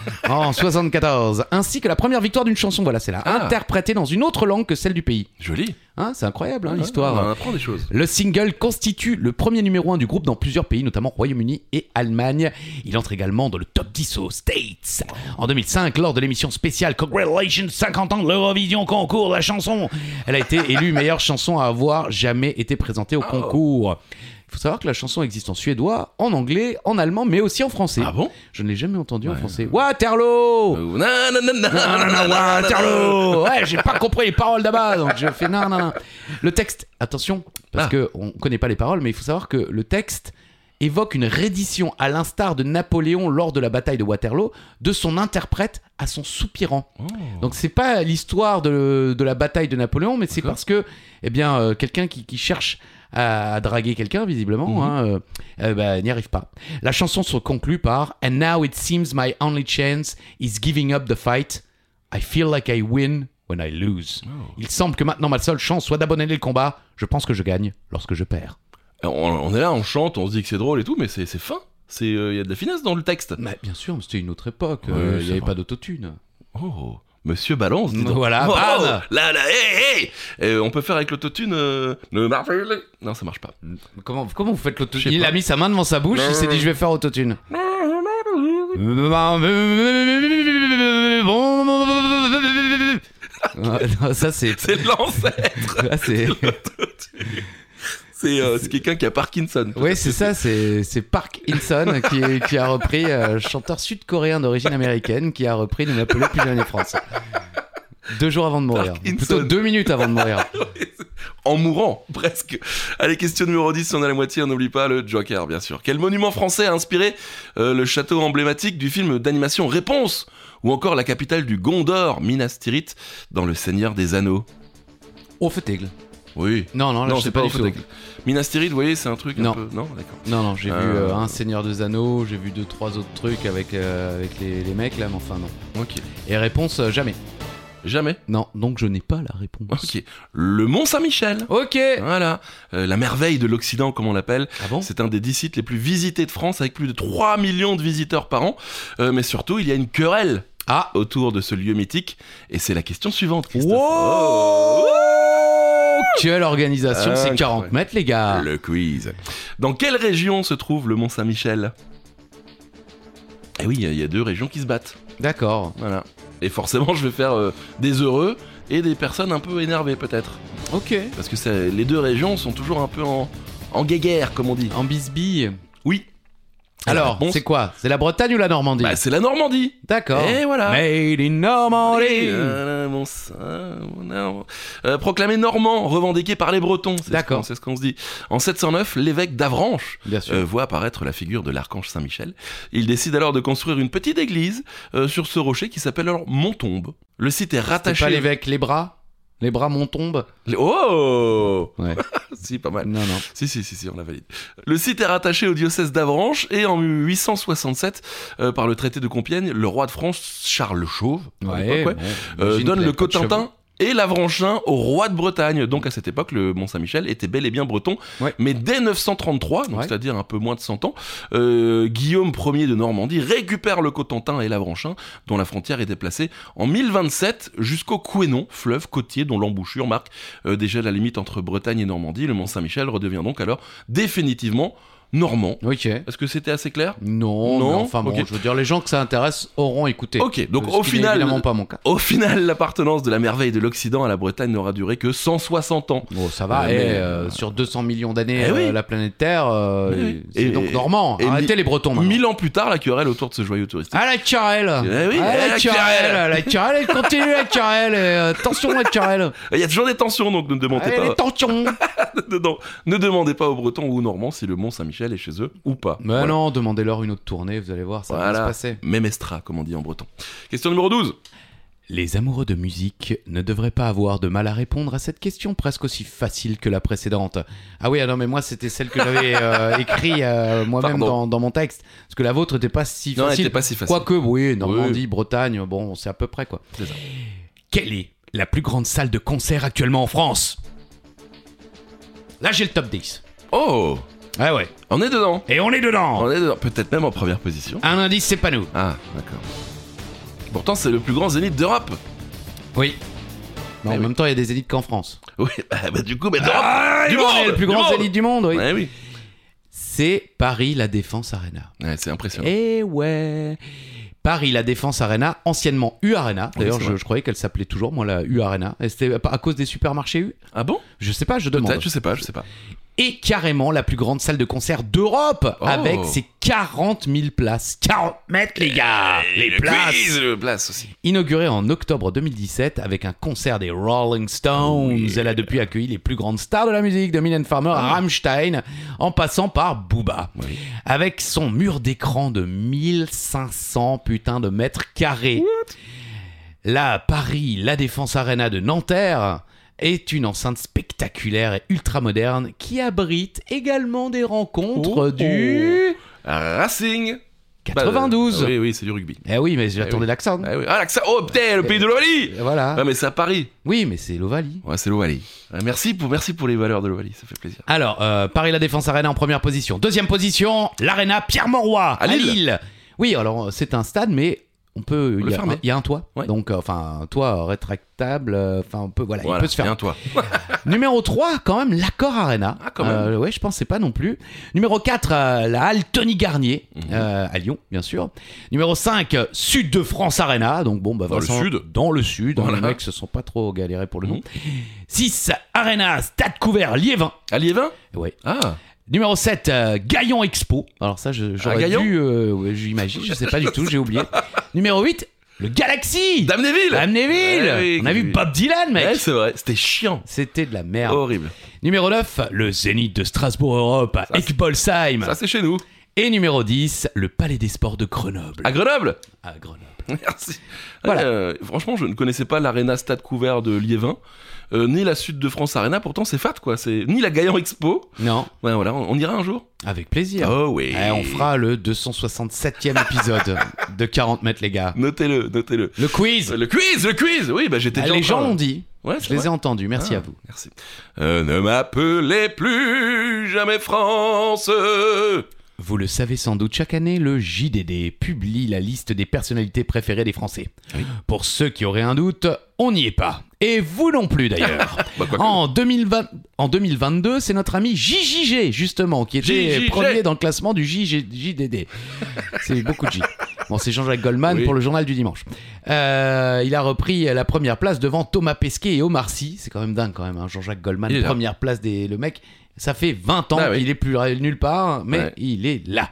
S3: en 74, ainsi que la première victoire d'une chanson, voilà c'est là,
S1: Ah.
S3: interprétée dans une autre langue que celle du pays.
S1: Joli.
S3: Hein, c'est incroyable hein,
S1: Ah Ouais,
S3: l'histoire.
S1: On apprend des choses.
S3: Le single constitue le premier numéro 1 du groupe dans plusieurs pays, notamment Royaume-Uni et Allemagne. Il entre également dans le top 10 aux States. En 2005, lors de l'émission spéciale Congratulations 50 ans de l'Eurovision concours
S1: Oh.
S3: de la chanson, elle a été élue meilleure chanson à avoir jamais été présentée au concours. Il faut savoir que la chanson existe en suédois, en anglais, en allemand, mais aussi en français.
S1: Ah bon
S3: Je ne l'ai jamais entendue en
S1: Ouais.
S3: français. Waterloo
S1: Euh, nan, nan, nan, nan, nan, nan, nan,
S3: Waterloo Ouais, j'ai pas compris les paroles d'abord, donc je fais non, non, non. Le texte, attention, parce
S1: Ah.
S3: que on connaît pas les paroles, mais il faut savoir que le texte évoque une reddition à l'instar de Napoléon lors de la bataille de Waterloo de son interprète à son soupirant.
S1: Oh.
S3: Donc c'est pas l'histoire de, de la bataille de Napoléon, mais c'est
S1: D'accord.
S3: parce que eh bien euh, quelqu'un qui, qui cherche à, à draguer quelqu'un visiblement
S1: Mhm.
S3: hein, euh, euh, bah, n'y arrive pas. La chanson se conclut par And now it seems my only chance is giving up the fight. I feel like I win when I lose. Il semble que maintenant ma seule chance soit d'abandonner le combat. Je pense que je gagne lorsque je perds.
S1: On, on est là, on chante, on se dit que c'est drôle et tout, mais c'est c'est fin. C'est, euh, Il y a de la finesse dans le texte.
S3: Mais bien sûr, mais c'était une autre époque.
S1: Ouais,
S3: euh, Il
S1: c'est
S3: n'y avait
S1: vrai.
S3: pas d'autotune.
S1: Oh, Monsieur Balance, dis donc.
S3: Voilà,
S1: Oh,
S3: bam.
S1: Là, là, hé, hé Et On peut faire avec l'autotune. euh, le marvelé. Non, ça marche pas.
S3: Comment, comment vous faites
S1: Je
S3: l'autotune
S1: sais
S3: Il
S1: pas.
S3: a mis sa main devant sa bouche, il s'est dit je vais faire autotune. Non, ça c'est.
S1: C'est l'ancêtre
S3: ah, c'est-
S1: C'est euh, c'est quelqu'un qui a Parkinson.
S3: Ouais, c'est ça, c'est c'est Park Inson qui, qui a repris, euh, chanteur sud-coréen d'origine américaine, qui a repris Ne m'appelez plus jamais France. Deux jours avant de mourir.
S1: Park
S3: Plutôt
S1: Inson.
S3: deux minutes avant de mourir.
S1: En mourant, presque. Allez, question numéro 10, si on a la moitié, on n'oublie pas le Joker, bien sûr. Quel monument français a inspiré euh, le château emblématique du film d'animation Réponse Ou encore la capitale du Gondor, Minas Tirith, dans Le Seigneur des Anneaux
S3: Au feutegle.
S1: Oui.
S3: Non, non, Oh, là,
S1: non,
S3: je sais
S1: c'est
S3: pas,
S1: pas, au
S3: du tout.
S1: fait. Minas Tirith, vous voyez, c'est un truc
S3: Non.
S1: un peu... Non, d'accord.
S3: Non, non, j'ai vu
S1: Euh.
S3: euh, un Seigneur des Anneaux, j'ai vu deux, trois autres trucs avec, euh, avec les, les mecs là, mais enfin non.
S1: Ok.
S3: Et réponse, euh, jamais.
S1: Jamais
S3: Non, donc je n'ai pas la réponse.
S1: Ok. Le Mont Saint-Michel.
S3: Ok
S1: Voilà. Euh, la merveille de l'Occident, comme on l'appelle.
S3: Ah bon
S1: C'est un des dix sites les plus visités de France, avec plus de 3 millions de visiteurs par an. Euh, mais surtout, il y a une querelle
S3: Ah
S1: autour de ce lieu mythique. Et c'est la question suivante, Christophe. Oh.
S3: Wow Quelle organisation, c'est
S1: Incroyable.
S3: 40 mètres les
S1: Oh,
S3: gars
S1: Le quiz. Dans quelle région se trouve le Mont Saint-Michel Eh oui, il y a deux régions qui se battent.
S3: D'accord,
S1: Voilà. Et forcément, je vais faire euh, des heureux et des personnes un peu énervées, peut-être.
S3: ok.
S1: Parce que c'est- les deux régions sont toujours un peu en, en guéguerre, comme on dit.
S3: En bisbille
S1: Oui. La
S3: Alors,
S1: réponse,
S3: c'est quoi C'est la Bretagne ou la Normandie
S1: bah, c'est la Normandie.
S3: D'accord.
S1: Et voilà.
S3: Made in Normandie
S1: Euh, bon, ça, on a- euh, proclamé normand, revendiqué par les Bretons. c'est ce
S3: D'accord.
S1: qu'on- C'est ce qu'on se dit. En 709, l'évêque d'Avranches
S3: Bien sûr.
S1: euh, voit apparaître la figure de l'archange Saint-Michel. Il décide alors de construire une petite église euh, sur ce rocher qui s'appelle alors Montombe. Le site est
S3: T'es
S1: rattaché.
S3: pas l'évêque, les bras Les bras m'en tombent
S1: Oh
S3: Ouais.
S1: Si, pas mal.
S3: Non, non.
S1: Si, si, si, si, on la valide. Le site est rattaché au diocèse d'Avranches et en 867, euh, par le traité de Compiègne, le roi de France, Charles le Chauve, à l'époque, ouais,
S3: bon,
S1: euh,
S3: j'imagine
S1: donne
S3: qu'il a
S1: le
S3: pas de cheveux.
S1: Cotentin et l'Avranchin au roi de Bretagne. Donc à cette époque, le Mont-Saint-Michel était bel et bien breton.
S3: Ouais.
S1: Mais dès 933, donc
S3: Ouais.
S1: c'est-à-dire un peu moins de 100 ans, euh, Guillaume Ier de Normandie récupère le Cotentin et l'Avranchin, dont la frontière est déplacée en 1027 jusqu'au Couesnon, fleuve côtier dont l'embouchure marque euh, déjà la limite entre Bretagne et Normandie. Le Mont-Saint-Michel redevient donc alors définitivement normand.
S3: Ok.
S1: Est-ce que c'était assez clair
S3: Non,
S1: Non,
S3: mais enfin bon,
S1: ok.
S3: je veux dire, les gens que ça intéresse auront écouté.
S1: Ok, donc
S3: Ce
S1: au
S3: qui n'est
S1: final,
S3: évidemment pas mon cas.
S1: au final, l'appartenance de la merveille de l'Occident à la Bretagne n'aura duré que 160 ans.
S3: Bon, ça va,
S1: Euh,
S3: eh,
S1: mais,
S3: euh, sur 200 millions d'années,
S1: eh oui. Eh
S3: euh, la planète Terre, euh,
S1: Oui, oui.
S3: c'est
S1: Et-
S3: donc normand.
S1: et
S3: Arrêtez
S1: mi-
S3: les Bretons maintenant.
S1: Mille ans plus tard, la querelle autour de ce joyau touristique.
S3: Ah la querelle
S1: Eh oui,
S3: Ah,
S1: eh,
S3: la
S1: la
S3: querelle
S1: querelle.
S3: La querelle, elle continue la querelle et, euh, Attention la querelle
S1: Il y a toujours des tensions, donc ne demandez
S3: Allez les
S1: pas
S3: tensions
S1: dedans. Ne demandez pas aux Bretons ou aux Normands si le Mont Saint-Michel est chez eux ou pas.
S3: Mais
S1: Voilà.
S3: non, demandez-leur une autre tournée, vous allez voir, ça va
S1: Voilà.
S3: bien se passer.
S1: Même estra, comme on dit en breton. Question numéro 12.
S3: Les amoureux de musique ne devraient pas avoir de mal à répondre à cette question presque aussi facile que la précédente. Ah oui, ah non, mais moi c'était celle que j'avais euh, écrit euh, moi-même
S1: Pardon.
S3: dans, dans mon texte, parce que la vôtre n'était pas si
S1: Non, elle
S3: facile.
S1: était pas si facile.
S3: Quoique, oui, Normandie, Bretagne, bon, c'est à peu près quoi.
S1: C'est ça.
S3: Quelle est la plus grande salle de concert actuellement en France Là, j'ai le top 10.
S1: Oh
S3: Ah ouais.
S1: On est dedans.
S2: Et on est dedans
S1: On est dedans. Peut-être même en première position.
S3: Un indice, c'est pas nous.
S1: Ah, d'accord. Pourtant, c'est le plus grand zénith d'Europe.
S3: Oui.
S1: Eh
S3: en
S1: oui.
S3: même temps, il y a des élites qu'en France.
S1: Oui, bah, bah, du coup, mais d'Europe
S3: On
S1: Du monde
S3: Ah, est le plus
S1: Du
S3: grand
S1: monde
S3: zénith du monde, oui.
S1: Ouais, oui.
S3: C'est Paris La Défense Arena.
S1: Ouais, c'est impressionnant.
S3: Eh ouais Paris La Défense Arena, anciennement U Arena.
S1: Oui,
S3: D'ailleurs,
S1: c'est
S3: je,
S1: vrai.
S3: je croyais qu'elle s'appelait toujours, moi, la U Arena. Et c'était à à cause des supermarchés U
S1: Ah bon
S3: Je sais pas, je demande.
S1: Peut-être, je sais pas, je sais pas.
S3: et carrément la plus grande salle de concert d'Europe
S1: Oh.
S3: avec ses 40 000 places. 40 mètres, les gars
S1: Et
S3: Les
S1: le
S3: places
S1: quiz, le place aussi.
S3: Inaugurée en octobre 2017 avec un concert des Rolling
S1: Oh,
S3: Stones, elle a depuis accueilli les plus grandes stars de la musique, de Mylène Farmer à Rammstein, en passant par Booba.
S1: Ah. Oui.
S3: Avec son mur d'écran de 1500 putains de mètres carrés. Là, à Paris, la Défense Arena de Nanterre est une enceinte spectaculaire et ultra moderne qui abrite également des rencontres
S1: Oh.
S3: du
S1: Racing Bah, euh,
S3: 92.
S1: oui, oui, c'est du rugby.
S3: Eh oui, mais j'attendais l'accent.
S1: Ah, oui. Ah, l'accent- Oh, putain, le pays de l'Ovalie
S3: Voilà.
S1: Ah, mais c'est à Paris.
S3: Oui, mais c'est l'Ovalie.
S1: Ouais, c'est l'Ovalie. Ah, Merci pour, merci pour les valeurs de l'Ovalie, ça fait plaisir.
S3: Alors, euh, Paris La Défense Arena en première position. Deuxième position, l'Arena Pierre Mauroy à,
S1: Lille.
S3: Oui, alors euh, c'est un stade, mais on peut.
S1: le
S3: Il y, a-
S1: fermer.
S3: il y a un toit.
S1: Ouais.
S3: Donc, euh, enfin, un toit euh, rétractable. euh, Enfin, on peut. Voilà,
S1: Voilà,
S3: il peut se
S1: et
S3: faire.
S1: un toit.
S3: Numéro 3, quand même, l'Accor Arena.
S1: Ah, quand même.
S3: Euh, ouais, je pensais pas non plus. Numéro 4, euh, la halle Tony Garnier,
S1: Mhm.
S3: euh, à Lyon, bien sûr. Numéro 5, Sud de France Arena. Donc, bon, bah,
S1: Dans le
S3: Vincent-
S1: sud.
S3: Dans le sud. hein,
S1: Voilà.
S3: Les mecs se sont pas trop galérés pour le nom.
S1: Mhm.
S3: 6, Arena Stade Couvert Liévin.
S1: À Liévin
S3: Ouais.
S1: Ah,
S3: Numéro 7, euh, Gaillon Expo. Alors ça, je- j'aurais
S1: Gaillon
S3: dû... euh, ouais, J'imagine, je sais pas du tout, j'ai oublié. Numéro 8, le Galaxy
S1: Dame des villes
S3: Amnéville
S1: Ah oui,
S3: On a
S1: oui.
S3: vu Bob Dylan, mec
S1: Ouais, c'est Oh. vrai, c'était chiant.
S3: C'était de la merde.
S1: Horrible.
S3: Numéro 9, le Zénith de Strasbourg Europe à
S1: Ça, c'est-
S3: Eckbolsheim.
S1: Ça, c'est Ah. chez nous.
S3: Et numéro 10, le Palais des Sports de Grenoble.
S1: À Grenoble
S3: À Grenoble.
S1: Merci.
S3: Voilà.
S1: Euh, franchement, je ne connaissais pas l'aréna Stade Couvert de Liévin, euh, ni la Sud de France Arena, pourtant c'est fat quoi, c'est ni la Gaillon Expo.
S3: Non,
S1: Ouais, voilà, on, on ira un jour.
S3: avec plaisir.
S1: Oh oui.
S3: Eh, on fera le 267e épisode de 40 mètres, les gars.
S1: Notez-le, notez-le.
S3: Le quiz
S1: Euh, Le quiz, le quiz Oui, bah j'étais
S3: Eh,
S1: déjà en
S3: Les
S1: train,
S3: gens
S1: là.
S3: l'ont dit.
S1: Ouais, c'est
S3: Je les
S1: vrai.
S3: ai entendus, merci
S1: Ah,
S3: à vous.
S1: Merci. Euh, ne m'appelez plus jamais France. Ah
S3: Vous le savez sans doute, chaque année, le JDD publie la liste des personnalités préférées des Français. Pour ceux qui auraient un doute, on n'y est pas. Et vous non plus d'ailleurs.
S1: Bah, quoi que-
S3: en, 2020 en 2022, c'est notre ami JJG, justement, qui était
S1: JJG.
S3: premier dans le classement du JG JDD. c'est beaucoup de J. Bon, c'est Jean-Jacques Goldman
S1: Oui.
S3: pour le journal du dimanche. Euh, il a repris la première place devant Thomas Pesquet et Omar Sy. C'est quand même dingue, quand même, hein, Jean-Jacques Goldman,
S1: Il est là.
S3: première place des. Le mec, ça fait 20 ans
S1: Ah oui.
S3: qu'il est plus nulle part, mais
S1: Ouais.
S3: il est là.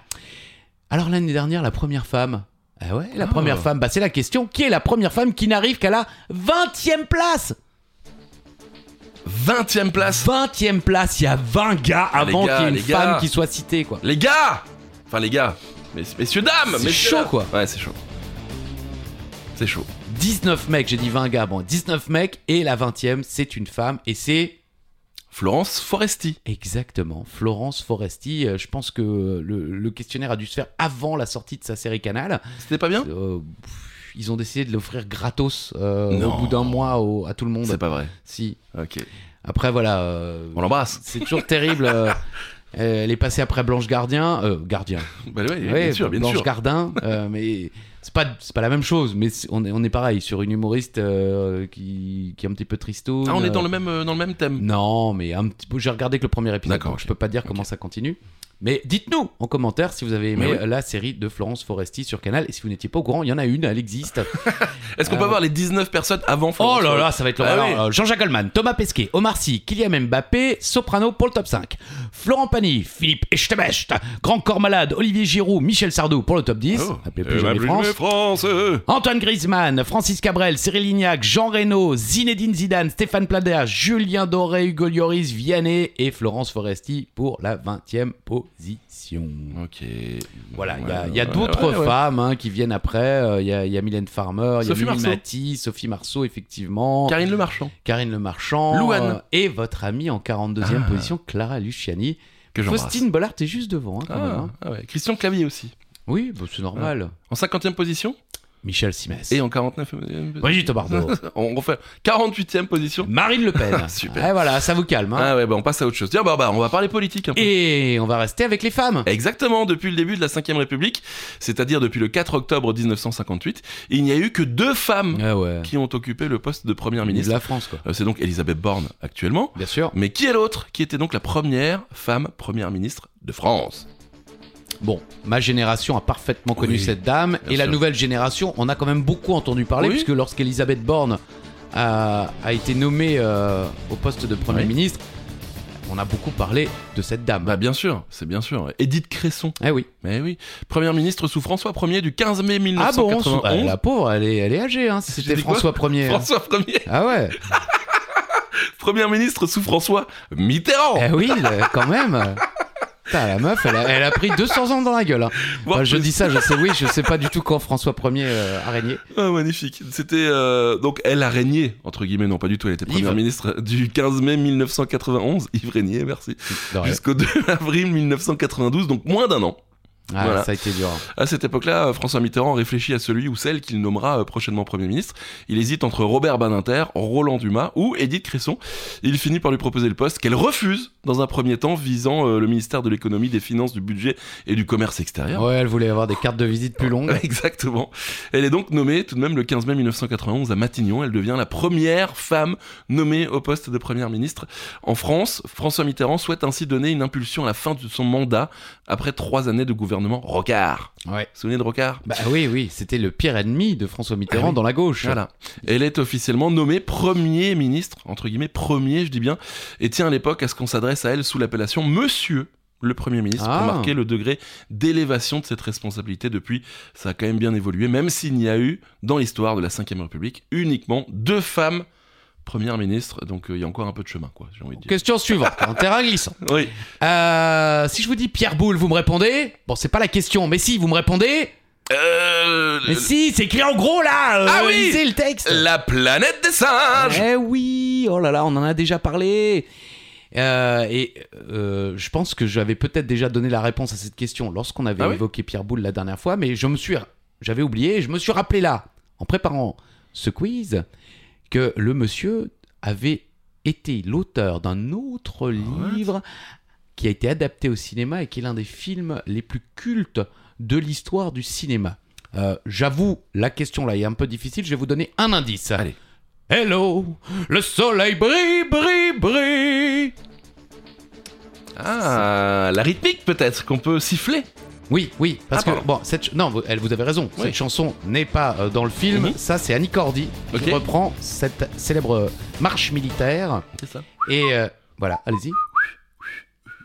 S3: Alors l'année dernière, la première femme. Ah ouais, la
S1: Ah.
S3: première femme, bah c'est la question. Qui est la première femme qui n'arrive qu'à la 20e place
S1: 20ème place. Ah,
S3: 20e place, il y a 20 gars avant
S1: les gars,
S3: qu'il y ait une
S1: les gars.
S3: femme qui soit citée, quoi.
S1: Les gars Enfin, les gars. Mes- messieurs, dames
S3: C'est
S1: messieurs,
S3: chaud,
S1: dames.
S3: quoi.
S1: Ouais, c'est chaud. C'est chaud.
S3: 19 mecs, j'ai dit 20 gars, bon, 19 mecs, et la 20e, c'est une femme, et c'est
S1: Florence Foresti.
S3: Exactement. Florence Foresti, euh, je pense que euh, le, le questionnaire a dû se faire avant la sortie de sa série Canal.
S1: C'était pas bien
S3: Euh, pff, ils ont décidé de l'offrir gratos euh,
S1: Non.
S3: au bout d'un mois au- à tout le monde.
S1: C'est pas vrai.
S3: Si.
S1: Ok.
S3: Après, voilà. euh,
S1: On l'embrasse.
S3: c'est toujours terrible. euh, euh, elle est passée après Blanche Gardien. euh, Gardien.
S1: Bah ouais,
S3: Ouais,
S1: bien sûr, bien
S3: Blanche
S1: sûr.
S3: Gardin. euh, mais c'est pas, c'est pas la même chose. Mais c'est- on est, on est pareil sur une humoriste euh, qui, qui est un petit peu tristo.
S1: Ah, on est dans le même, euh, dans le même
S3: Mm.
S1: thème.
S3: Non, mais un petit peu. J'ai regardé que le premier épisode.
S1: D'accord,
S3: donc
S1: ok.
S3: Je peux pas dire comment ça continue. Mais dites-nous en commentaire si vous avez aimé
S1: Mais
S3: la série de Florence Foresti sur Canal. Et si vous n'étiez pas au courant, il y en a une, elle existe.
S1: Est-ce qu'on peut
S3: Euh,
S1: avoir les 19 personnes avant
S3: oh
S1: Florence
S3: là là, ça va être l'horreur.
S1: Ah oui.
S3: Alors, euh, Jean-Jacques Goldman, Thomas Pesquet, Omar Sy, Kylian Mbappé, Soprano pour le top 5. Florent Pagny, Philippe Echtebest, Grand Corps Malade, Olivier Giroud, Michel Sardou pour le top 10.
S1: Oh.
S3: Appelez
S1: Eh
S3: plus
S1: ben,
S3: jamais France.
S1: jamais France. euh.
S3: Antoine Griezmann, Francis Cabrel, Cyril Lignac, Jean Reno, Zinedine Zidane, Stéphane Plader, Julien Doré, Hugo Lloris, Vianney et Florence Foresti pour la 20e position.
S1: Ok.
S3: Voilà, il y a-
S1: Ouais,
S3: il y a,
S1: ouais,
S3: d'autres
S1: ouais, ouais.
S3: femmes hein, qui viennent après. Euh, Il y, a- il y a Mylène Farmer, il y a
S1: Sophie
S3: Mimi
S1: Marceau.
S3: Mati, Sophie Marceau, effectivement,
S1: Karine Le Marchand,
S3: Karine Le Marchand, euh,
S1: Louane.
S3: et votre amie en 42e
S1: Ah.
S3: position, Clara Luciani.
S1: que j'embrasse.
S3: Faustine Bollard est juste devant, hein, quand même.
S1: Ah,
S3: hein.
S1: ah ouais. Christian Clavier aussi.
S3: Oui, bah, c'est normal.
S1: En 50e position
S3: Michel Simès.
S1: et en euh, 49e position.
S3: Brigitte Bardot. Hein
S1: On refait 48e position.
S3: Marine Le Pen.
S1: Super.
S3: Et voilà, ça vous calme. hein.
S1: Ah ouais, bah on passe à autre chose. Tiens, bah, bah, on va parler politique un peu.
S3: Et on va rester avec les femmes.
S1: Exactement, depuis le début de la 5ème République, c'est-à-dire depuis le 4 octobre 1958, il n'y a eu que deux femmes
S3: Ah ouais.
S1: qui ont occupé le poste de première
S3: De
S1: ministre.
S3: la France, quoi.
S1: Euh, C'est donc Elisabeth Borne actuellement.
S3: Bien sûr.
S1: Mais qui est l'autre qui était donc la première femme première ministre de France
S3: Bon, ma génération a parfaitement connu
S1: Oui,
S3: cette dame. Et
S1: bien
S3: la
S1: sûr.
S3: nouvelle génération, on a quand même beaucoup entendu parler,
S1: Oui.
S3: puisque lorsqu'Elisabeth Borne a, a été nommée euh, au poste de Premier
S1: Oui.
S3: ministre, on a beaucoup parlé de cette dame.
S1: Bah bien sûr, c'est bien sûr. Édith Cresson.
S3: eh oui.
S1: Mais oui, première ministre sous François 1er du 15 mai
S3: Ah bon
S1: 1991.
S3: bah, La pauvre, elle est, elle est âgée. Hein. C'était
S1: dit quoi
S3: François 1er. hein.
S1: François 1er,
S3: Ah ouais.
S1: première ministre sous François Mitterrand.
S3: Eh oui, le- quand même. Putain, la meuf, elle a, elle a pris 200 ans dans la gueule. hein.
S1: Voire
S3: Enfin, je
S1: plus.
S3: dis ça, je sais, oui, je sais pas du tout quand François 1er euh, a régné.
S1: Ah, magnifique. C'était euh, donc elle a régné entre guillemets, non pas du tout. Elle était première
S3: Yves.
S1: ministre du 15 mai 1991. Yves Régnier, merci.
S3: De rien.
S1: Jusqu'au 2 avril 1992, donc moins d'un an.
S3: Ah,
S1: Voilà.
S3: Ça a été dur.
S1: À cette époque-là, euh, François Mitterrand réfléchit à celui ou celle qu'il nommera euh, prochainement Premier ministre. Il hésite entre Robert Badinter, Roland Dumas ou Édith Cresson. Il finit par lui proposer le poste qu'elle refuse dans un premier temps, visant euh, le ministère de l'économie, des finances, du budget et du commerce extérieur.
S3: Ouais, elle voulait avoir des cartes de visite plus longues.
S1: Exactement. Elle est donc nommée tout de même le 15 mai 1991 à Matignon. Elle devient la première femme nommée au poste de première ministre en France. François Mitterrand souhaite ainsi donner une impulsion à la fin de son mandat après trois années de gouvernement Rocard.
S3: Ouais.
S1: Vous vous souvenez de Rocard
S3: Bah oui, oui, c'était le pire ennemi de François Mitterrand
S1: Ah oui.
S3: dans la gauche.
S1: Voilà. Elle est officiellement nommée Premier ministre, entre guillemets, premier, je dis bien, et tient à l'époque à ce qu'on s'adresse à elle sous l'appellation Monsieur le Premier ministre,
S3: Ah.
S1: pour marquer le degré d'élévation de cette responsabilité. Depuis, ça a quand même bien évolué, même s'il n'y a eu, dans l'histoire de la Ve République, uniquement deux femmes Premières ministres, donc euh, il y a encore un peu de chemin, quoi, j'ai envie de dire.
S3: Question suivante, en terrain glissant.
S1: Oui,
S3: Euh, si je vous dis Pierre Boulle, vous me répondez Bon, c'est pas la question, mais si, vous me répondez
S1: Euh,
S3: Mais si, c'est écrit en gros là euh,
S1: Ah oui
S3: Lisez le texte
S1: la planète des singes
S3: Eh oui, oh là là, on en a déjà parlé. Euh, et euh, je pense que j'avais peut-être déjà donné la réponse à cette question lorsqu'on avait
S1: Ah oui
S3: évoqué Pierre Boulle la dernière fois, mais je me suis, j'avais oublié, je me suis rappelé là, en préparant ce quiz, que le monsieur avait été l'auteur d'un autre
S1: Ah
S3: livre qui a été adapté au cinéma et qui est l'un des films les plus cultes de l'histoire du cinéma. Euh, J'avoue, la question là est un peu difficile, je vais vous donner un indice.
S1: Allez.
S3: Hello, le soleil brille, brille, brille.
S1: Ah, la rythmique peut-être, qu'on peut siffler
S3: Oui, oui, parce
S1: Ah,
S3: que
S1: pardon.
S3: bon, cette ch- non, vous, elle, vous avez raison.
S1: Oui.
S3: Cette chanson n'est pas euh, dans le film.
S1: Mhm.
S3: Ça, c'est Annie Cordy
S1: Ok.
S3: qui reprend cette célèbre euh, marche militaire.
S1: C'est ça.
S3: Et euh, voilà, allez-y.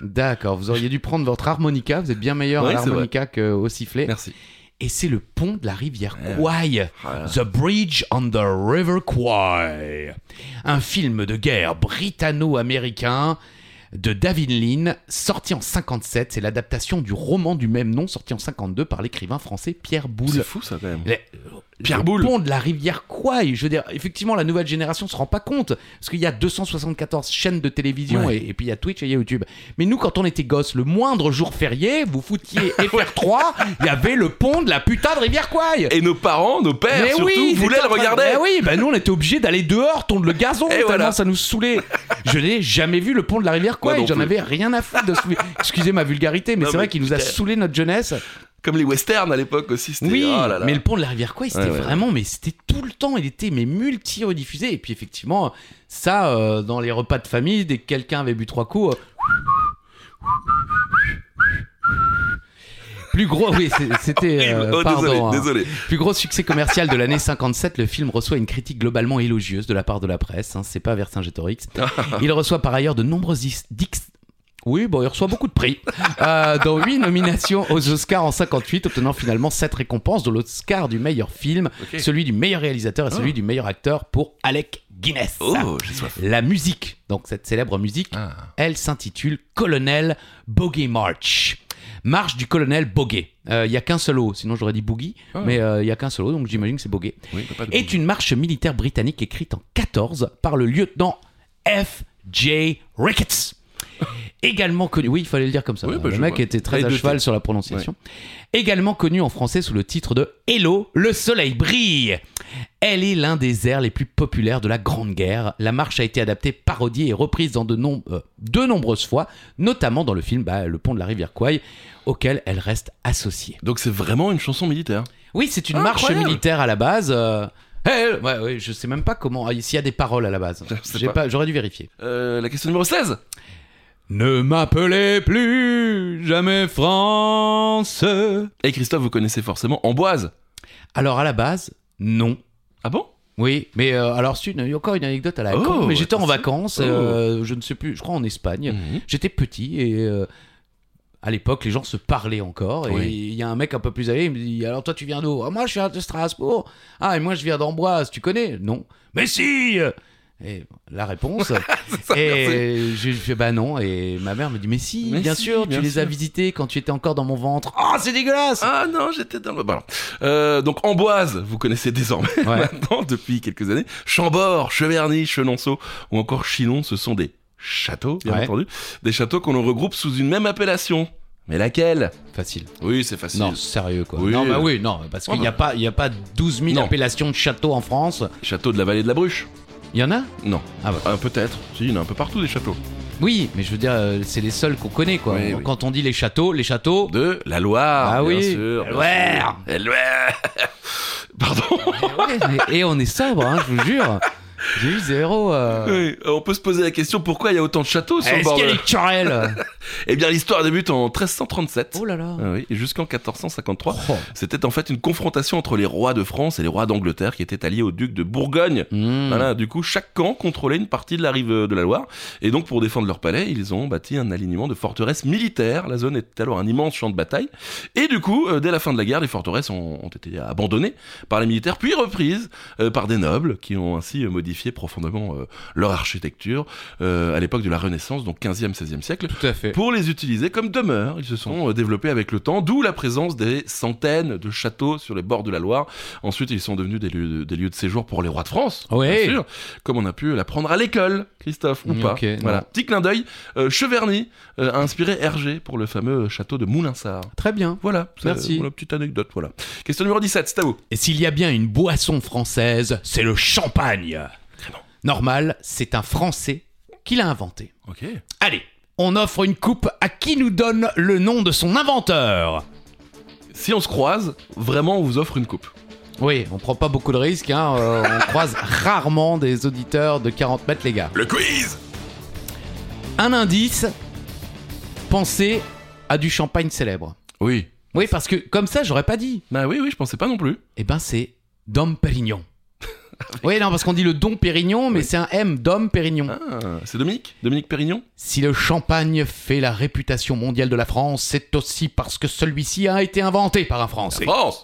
S3: D'accord, vous auriez dû prendre votre harmonica. Vous êtes bien meilleur
S1: Ouais,
S3: à
S1: c'est vrai.
S3: l'harmonica qu'au euh, sifflet.
S1: Merci.
S3: Et c'est le pont de la rivière
S1: Ouais.
S3: Kwai.
S1: Ah, là.
S3: The Bridge on the River Kwai, un film de guerre britanno-américain de David Lean, sorti en 57. C'est l'adaptation du roman du même nom, sorti en 52 par l'écrivain français Pierre
S1: C'est
S3: Boulle.
S1: fou ça quand même.
S3: Le-
S1: Pierre
S3: le
S1: Boulle.
S3: pont de la rivière Kwai. Je veux dire, effectivement, la nouvelle génération se rend pas compte parce qu'il y a 274 chaînes de télévision
S1: Ouais.
S3: et, et puis il y a Twitch et il y a YouTube. Mais nous, quand on était gosse, le moindre jour férié, vous foutiez FR3, il y avait le pont de la putain de rivière Kwai.
S1: Et nos parents, nos pères surtout,
S3: ils
S1: voulaient
S3: étaient
S1: le
S3: en train-
S1: regarder.
S3: Mais oui, bah nous on était obligés d'aller dehors, tondre le gazon, tellement
S1: voilà.
S3: ça nous saoulait. Je n'ai jamais vu le pont de la rivière quoi,
S1: Moi non
S3: et j'en
S1: plus.
S3: avais rien à foutre de ce- Excusez ma vulgarité, mais
S1: Non,
S3: c'est vrai
S1: mais
S3: qu'il nous a
S1: putain.
S3: saoulé notre jeunesse.
S1: Comme les westerns à l'époque aussi, c'était.
S3: Oui,
S1: oh là là.
S3: mais le pont de la rivière quoi, c'était
S1: Ouais, ouais.
S3: vraiment, mais c'était tout le temps, il était mais multi rediffusé. Et puis effectivement, ça euh, dans les repas de famille, dès que quelqu'un avait bu trois coups. euh, Plus gros, oui, c'est- c'était.
S1: Horrible.
S3: euh,
S1: Oh,
S3: pardon, hein.
S1: désolé, désolé.
S3: Plus gros succès commercial de l'année 57, le film reçoit une critique globalement élogieuse de la part de la presse. hein, c'est pas Vercingétorix. Il reçoit par ailleurs de nombreuses dis- dix- Oui, bon, il reçoit beaucoup de prix, Euh, dont 8 nominations aux Oscars en 58, obtenant finalement 7 récompenses, dont l'Oscar du meilleur film,
S1: Ok.
S3: celui du meilleur réalisateur et
S1: Ah.
S3: celui du meilleur acteur pour Alec Guinness.
S1: Oh, j'ai soif.
S3: La musique, donc cette célèbre musique,
S1: Ah.
S3: elle s'intitule Colonel Bogey March. Marche du colonel Bogey. Euh, Il n'y a qu'un seul O, sinon j'aurais dit Boogie,
S1: Ah.
S3: mais euh, il y n'y a qu'un seul O, donc j'imagine que c'est Bogey.
S1: Oui, pas de
S3: Est une marche militaire britannique écrite en 14 par le lieutenant F.J. Ricketts. Également connu, oui, il fallait le dire comme ça. hein,
S1: Oui, bah,
S3: le
S1: je
S3: mec
S1: vois.
S3: était très
S1: Et
S3: à
S1: de
S3: cheval
S1: tête.
S3: sur la prononciation. Également connu en français sous le titre de Hello, le soleil brille. Elle est l'un des airs les plus populaires de la Grande Guerre. La marche a été adaptée, parodiée et reprise dans de, nom- euh, de nombreuses fois, notamment dans le film bah, Le pont de la rivière Kwai, auquel elle reste associée.
S1: Donc c'est vraiment une chanson militaire.
S3: Oui, c'est une marche
S1: Incroyable.
S3: militaire à la base. euh, elle- ouais, ouais, je sais même pas comment. ah, S'il y a des paroles à la base.
S1: Je sais
S3: J'ai
S1: pas.
S3: pas- J'aurais dû vérifier.
S1: Euh, la question numéro 16
S3: Ne m'appelez plus jamais France.
S1: Eh, Et Christophe, vous connaissez forcément Amboise.
S3: Alors à la base, non.
S1: Ah bon
S3: Oui, mais euh, alors c'est une, encore une anecdote à la
S1: Oh,
S3: con, mais j'étais en
S1: attention. Oh.
S3: vacances, euh, je ne sais plus, je crois en Espagne.
S1: Mhm.
S3: J'étais petit et euh, à l'époque, les gens se parlaient encore. Et il
S1: Oui.
S3: y a un mec un peu plus âgé, il me dit Alors toi, tu viens d'où Ah, Moi, je viens de Strasbourg. Ah, et moi, je viens d'Amboise. Tu connais Non. Mais si et la réponse. et je je fais bah non. Et ma mère me dit mais si,
S1: Mais
S3: bien
S1: si,
S3: sûr,
S1: bien
S3: tu les as
S1: sûr.
S3: visités quand tu étais encore dans mon ventre. Oh, c'est dégueulasse.
S1: Ah non, j'étais dans le. Bon, alors. Euh, donc Amboise, vous connaissez désormais
S3: Ouais.
S1: maintenant depuis quelques années. Chambord, Cheverny, Chenonceau ou encore Chinon, ce sont des châteaux, bien
S3: Ouais.
S1: entendu, des châteaux qu'on regroupe sous une même appellation. Mais laquelle
S3: Facile.
S1: Oui, c'est facile.
S3: Non, sérieux quoi.
S1: Oui.
S3: Non, bah oui, non, parce
S1: Ouais,
S3: qu'il n'y a pas, il y a pas 12 000
S1: Non.
S3: appellations de châteaux en France.
S1: Château de la vallée de la Bruche
S3: Il y en a
S1: Non.
S3: Ah bah.
S1: Ah, peut-être. Si, il y en a un peu partout des châteaux.
S3: Oui, mais je veux dire, euh, c'est les seuls qu'on connaît quoi.
S1: Oui, oui.
S3: Quand on dit les châteaux, les châteaux.
S1: De la Loire.
S3: Ah
S1: bien
S3: oui.
S1: sûr, bien
S3: Loire.
S1: sûr. Loire. Pardon.
S3: Ouais, mais- et on est sobre, hein, je vous jure. J'ai eu zéro. euh, Eh,
S1: Oui, on peut se poser la question pourquoi il y a autant de châteaux sur le
S3: Est-ce
S1: bord
S3: qu'il y
S1: de-
S3: a des querelles
S1: Eh bien, l'histoire débute en 1337.
S3: Oh là là.
S1: Ah oui, et jusqu'en 1453.
S3: Oh.
S1: C'était en fait une confrontation entre les rois de France et les rois d'Angleterre qui étaient alliés au duc de Bourgogne.
S3: Mmh.
S1: Voilà, du coup, chaque camp contrôlait une partie de la rive euh, de la Loire. Et donc, pour défendre leur palais, ils ont bâti un alignement de forteresses militaires. La zone était alors un immense champ de bataille. Et du coup, euh, dès la fin de la guerre, les forteresses ont, ont été abandonnées par les militaires, puis reprises euh, par des nobles qui ont ainsi euh, modifié profondément euh, leur architecture euh, à l'époque de la Renaissance, donc 15e, 16e siècle.
S3: Tout à fait.
S1: Pour les utiliser comme demeure, ils se sont euh, développés avec le temps, d'où la présence des centaines de châteaux sur les bords de la Loire. Ensuite, ils sont devenus des lieux de, des lieux de séjour pour les rois de France,
S3: Ouais.
S1: bien sûr, comme on a pu l'apprendre à l'école, Christophe, ou
S3: Mm,
S1: pas.
S3: ok, non.
S1: voilà. Petit clin d'œil, euh, Cheverny euh, a inspiré Hergé pour le fameux château de Moulinsart.
S3: Très bien.
S1: Voilà, c'est,
S3: Merci.
S1: euh, pour la petite anecdote, voilà. Question numéro 17, c'est à vous.
S3: Et s'il y a bien une boisson française, c'est le champagne.
S1: bon.
S3: Normal, c'est un Français qui l'a inventé.
S1: Ok.
S3: Allez, on offre une coupe à qui nous donne le nom de son inventeur.
S1: Si on se croise, vraiment, on vous offre une coupe.
S3: Oui, on prend pas beaucoup de risques, hein, euh, on croise rarement des auditeurs de 40 mètres, les gars.
S1: Le quiz
S3: Un indice, pensez à du champagne célèbre.
S1: Oui.
S3: Oui, parce que comme ça, j'aurais pas dit.
S1: Bah oui, oui, je pensais pas non plus.
S3: Eh ben, c'est Dom Pérignon. oui, non, parce qu'on dit le Dom Pérignon, mais
S1: Oui.
S3: c'est un M, Dom Pérignon.
S1: Ah, c'est Dominique Dominique Pérignon
S3: Si le champagne fait la réputation mondiale de la France, c'est aussi parce que celui-ci a été inventé par un Français.
S1: France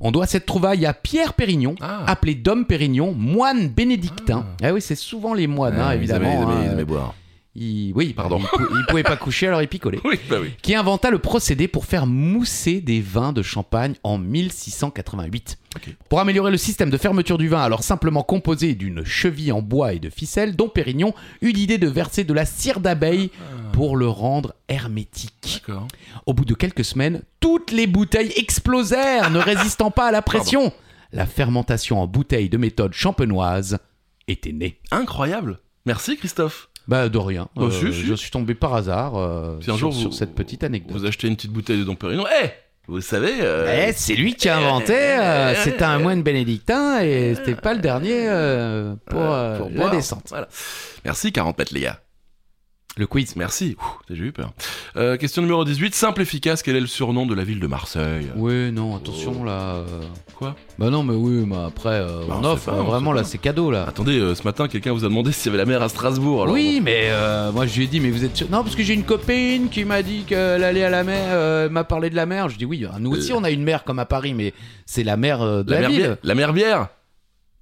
S3: On doit cette trouvaille à Pierre Pérignon,
S1: Ah.
S3: appelé Dom Pérignon, moine bénédictin. Ah, oui, c'est souvent les moines, hein,
S1: Ah, ils aimaient-
S3: évidemment.
S1: ils aimaient-
S3: hein.
S1: ils aimaient boire.
S3: Il- Oui,
S1: Pardon.
S3: pardon. Il, pou- il pouvait pas coucher, alors il picolait.
S1: Oui, bah oui.
S3: Qui inventa le procédé pour faire mousser des vins de champagne en 1688.
S1: Ok.
S3: Pour améliorer le système de fermeture du vin, alors simplement composé d'une cheville en bois et de ficelle, Dom Pérignon eut l'idée de verser de la cire d'abeille
S1: Ah.
S3: pour le rendre hermétique.
S1: D'accord.
S3: Au bout de quelques semaines, toutes les bouteilles explosèrent, ne résistant pas à la pression. La fermentation en bouteille de méthode champenoise était née.
S1: Incroyable. Merci Christophe.
S3: Bah de rien.
S1: Oh, si, si.
S3: Je suis tombé par hasard euh,
S1: Si un
S3: sur,
S1: jour
S3: sur
S1: vous-
S3: cette petite anecdote.
S1: Vous achetez une petite bouteille de Dom Pérignon. Eh Vous savez. euh,
S3: Eh, c'est lui qui a inventé. euh, c'était un moine bénédictin et c'était pas le dernier euh, pour,
S1: euh,
S3: euh,
S1: pour
S3: la
S1: boire.
S3: descente.
S1: Voilà. Merci 40 mètres les gars.
S3: Le quiz.
S1: Merci. Ouh, J'ai eu peur. Euh, question numéro 18. Simple efficace. Quel est le surnom de la ville de Marseille
S3: Oui, non, attention là. euh.
S1: Quoi
S3: Bah non, mais oui, mais après, euh,
S1: Oh. Bah,
S3: on
S1: on sait
S3: offre.
S1: pas,
S3: hein,
S1: on
S3: vraiment
S1: sait
S3: là,
S1: pas.
S3: c'est cadeau là.
S1: Attendez, euh, ce matin, quelqu'un vous a demandé s'il y avait la mer à Strasbourg. alors
S3: oui, mais euh, moi je lui ai dit, mais vous êtes sûr Non, parce que j'ai une copine qui m'a dit qu'elle allait à la mer, euh, elle m'a parlé de la mer. Je dis, oui, nous aussi
S1: Euh.
S3: on a une mer comme à Paris, mais c'est la mer euh,
S1: bon,
S3: de
S1: La,
S3: la,
S1: mer
S3: ville.
S1: bière. La mer bière.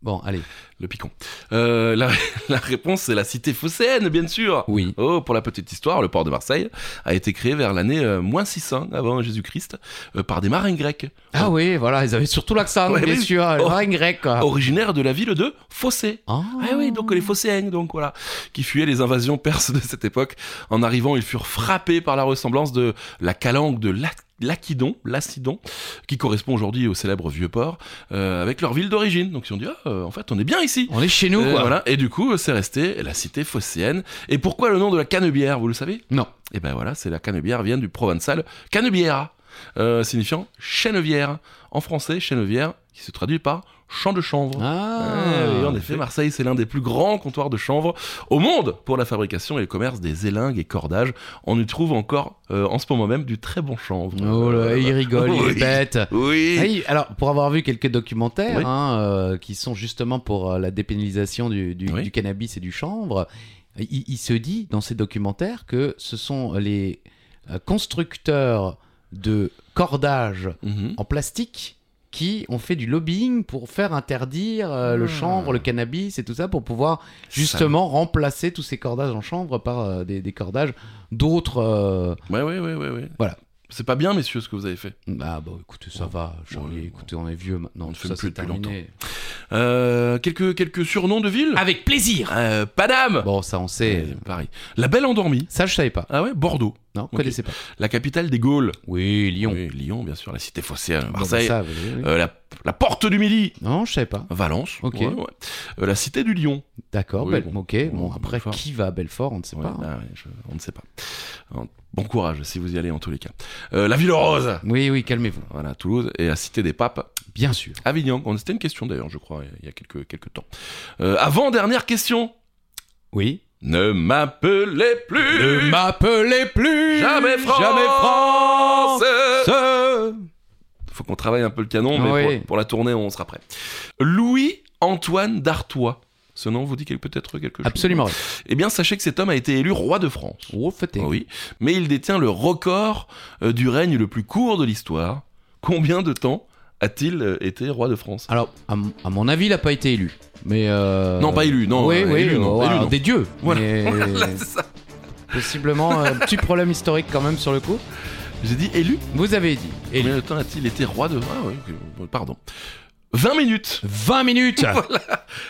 S3: Bon, allez.
S1: Le picon. Euh, la, la réponse, c'est la cité phocéenne, bien sûr.
S3: Oui.
S1: Oh, pour la petite histoire, le port de Marseille a été créé vers l'année euh, moins 600 avant Jésus-Christ euh, par des marins grecs.
S3: Ah oui, voilà, ils avaient surtout l'accent,
S1: Oh. Ouais,
S3: bien
S1: oui.
S3: sûr, le
S1: Oh.
S3: rhin grec. quoi.
S1: originaire de la ville de Fossé.
S3: Ah.
S1: Ah oui, donc les Phocéens, donc voilà, qui fuyaient les invasions perses de cette époque. En arrivant, ils furent frappés par la ressemblance de la calanque de La- L'Aquidon, l'Acidon, qui correspond aujourd'hui au célèbre vieux port, euh, avec leur ville d'origine. Donc ils ont dit, ah, euh, en fait, on est bien ici.
S3: On est chez nous,
S1: Euh,
S3: quoi.
S1: voilà. Et du coup, c'est resté la cité phocéenne. Et pourquoi le nom de la canebière, vous le savez
S3: Non.
S1: Et ben voilà, c'est la canebière vient du provençal canebière, euh, signifiant chènevière. En français, chènevière qui se traduit par champ de chanvre.
S3: Ah,
S1: Eh oui, en effet, Marseille, c'est l'un des plus grands comptoirs de chanvre au monde pour la fabrication et le commerce des élingues et cordages. On y trouve encore, euh, en ce moment même, du très bon chanvre.
S3: Oh là, il rigole, il
S1: Oui.
S3: est bête.
S1: Oui.
S3: Oui, alors pour avoir vu quelques documentaires
S1: Oui.
S3: hein, euh, qui sont justement pour euh, la dépénalisation du, du-
S1: Oui.
S3: du cannabis et du chanvre, il, il se dit dans ces documentaires que ce sont les euh, constructeurs de cordages
S1: Mhm.
S3: en plastique qui ont fait du lobbying pour faire interdire euh, le
S1: Ah.
S3: chanvre, le cannabis et tout ça pour pouvoir justement remplacer tous ces cordages en chanvre par euh, des, des cordages d'autres. euh,
S1: Ouais, ouais, ouais, ouais, ouais.
S3: Voilà.
S1: C'est pas bien, messieurs, ce que vous avez fait.
S3: Ah bah écoutez, ça
S1: Ouais.
S3: va, Charlie,
S1: Ouais, ouais.
S3: écoutez, on est vieux maintenant.
S1: On ne
S3: tout
S1: fume
S3: ça,
S1: plus
S3: c'est
S1: depuis
S3: terminé.
S1: Euh, quelques, quelques surnoms de villes
S2: Avec plaisir
S1: euh, Paname
S3: Bon, ça on sait.
S1: Eh, Paris. La Belle Endormie.
S3: Ça, je savais pas.
S1: Ah ouais, Bordeaux.
S3: Non,
S1: Ok.
S3: connaissais pas.
S1: La capitale des Gaules.
S3: Oui, Lyon.
S1: Oui, Lyon, bien sûr. La cité phocéenne.
S3: Bon,
S1: Marseille.
S3: ça, oui, oui.
S1: Euh, la, la Porte du Midi.
S3: Non, je savais pas.
S1: Valence.
S3: Ok.
S1: ouais, ouais. Euh, la cité du Lion.
S3: D'accord,
S1: Oui,
S3: Bel-
S1: bon.
S3: ok. Bon,
S1: Bon,
S3: après,
S1: Belfort.
S3: qui va à Belfort, on ne sait
S1: Ouais,
S3: pas. hein.
S1: ah ouais, je- on ne sait pas. Bon courage si vous y allez en tous les cas. Euh, la Ville Rose.
S3: Oui, oui, calmez-vous.
S1: Voilà, Toulouse et la Cité des Papes,
S3: Bien sûr.
S1: Avignon. On- C'était une question d'ailleurs, je crois, il y a quelques, quelques temps. Euh, avant dernière question.
S3: Oui.
S1: Ne m'appelez plus.
S3: Ne m'appelez plus
S1: Jamais France.
S3: Jamais France Ce-
S1: Faut qu'on travaille un peu le canon, mais
S3: Oui.
S1: pour, pour la tournée, on sera prêt. Louis Antoine d'Artois. Ce nom vous dit quel- peut-être quelque chose.
S3: Absolument. oui.
S1: Eh bien, sachez que cet homme a été élu roi de France.
S3: Oh, fêtez.
S1: Oui, mais il détient le record euh, du règne le plus court de l'histoire. Combien de temps a-t-il euh, été roi de France
S3: Alors, à, mon- à mon avis, il n'a pas été élu. Mais. euh,
S1: Non, pas élu, non,
S3: Oui,
S1: euh,
S3: oui,
S1: élu, non,
S3: euh,
S1: élu,
S3: alors,
S1: non.
S3: des dieux.
S1: Voilà.
S3: Mais
S1: Là, c'est ça.
S3: possiblement, un petit problème historique quand même sur le coup.
S1: J'ai dit élu
S3: Vous avez dit. Élu.
S1: Combien de temps a-t-il été roi de... Ah oui, ok, pardon. 20 minutes
S3: 20 minutes C'est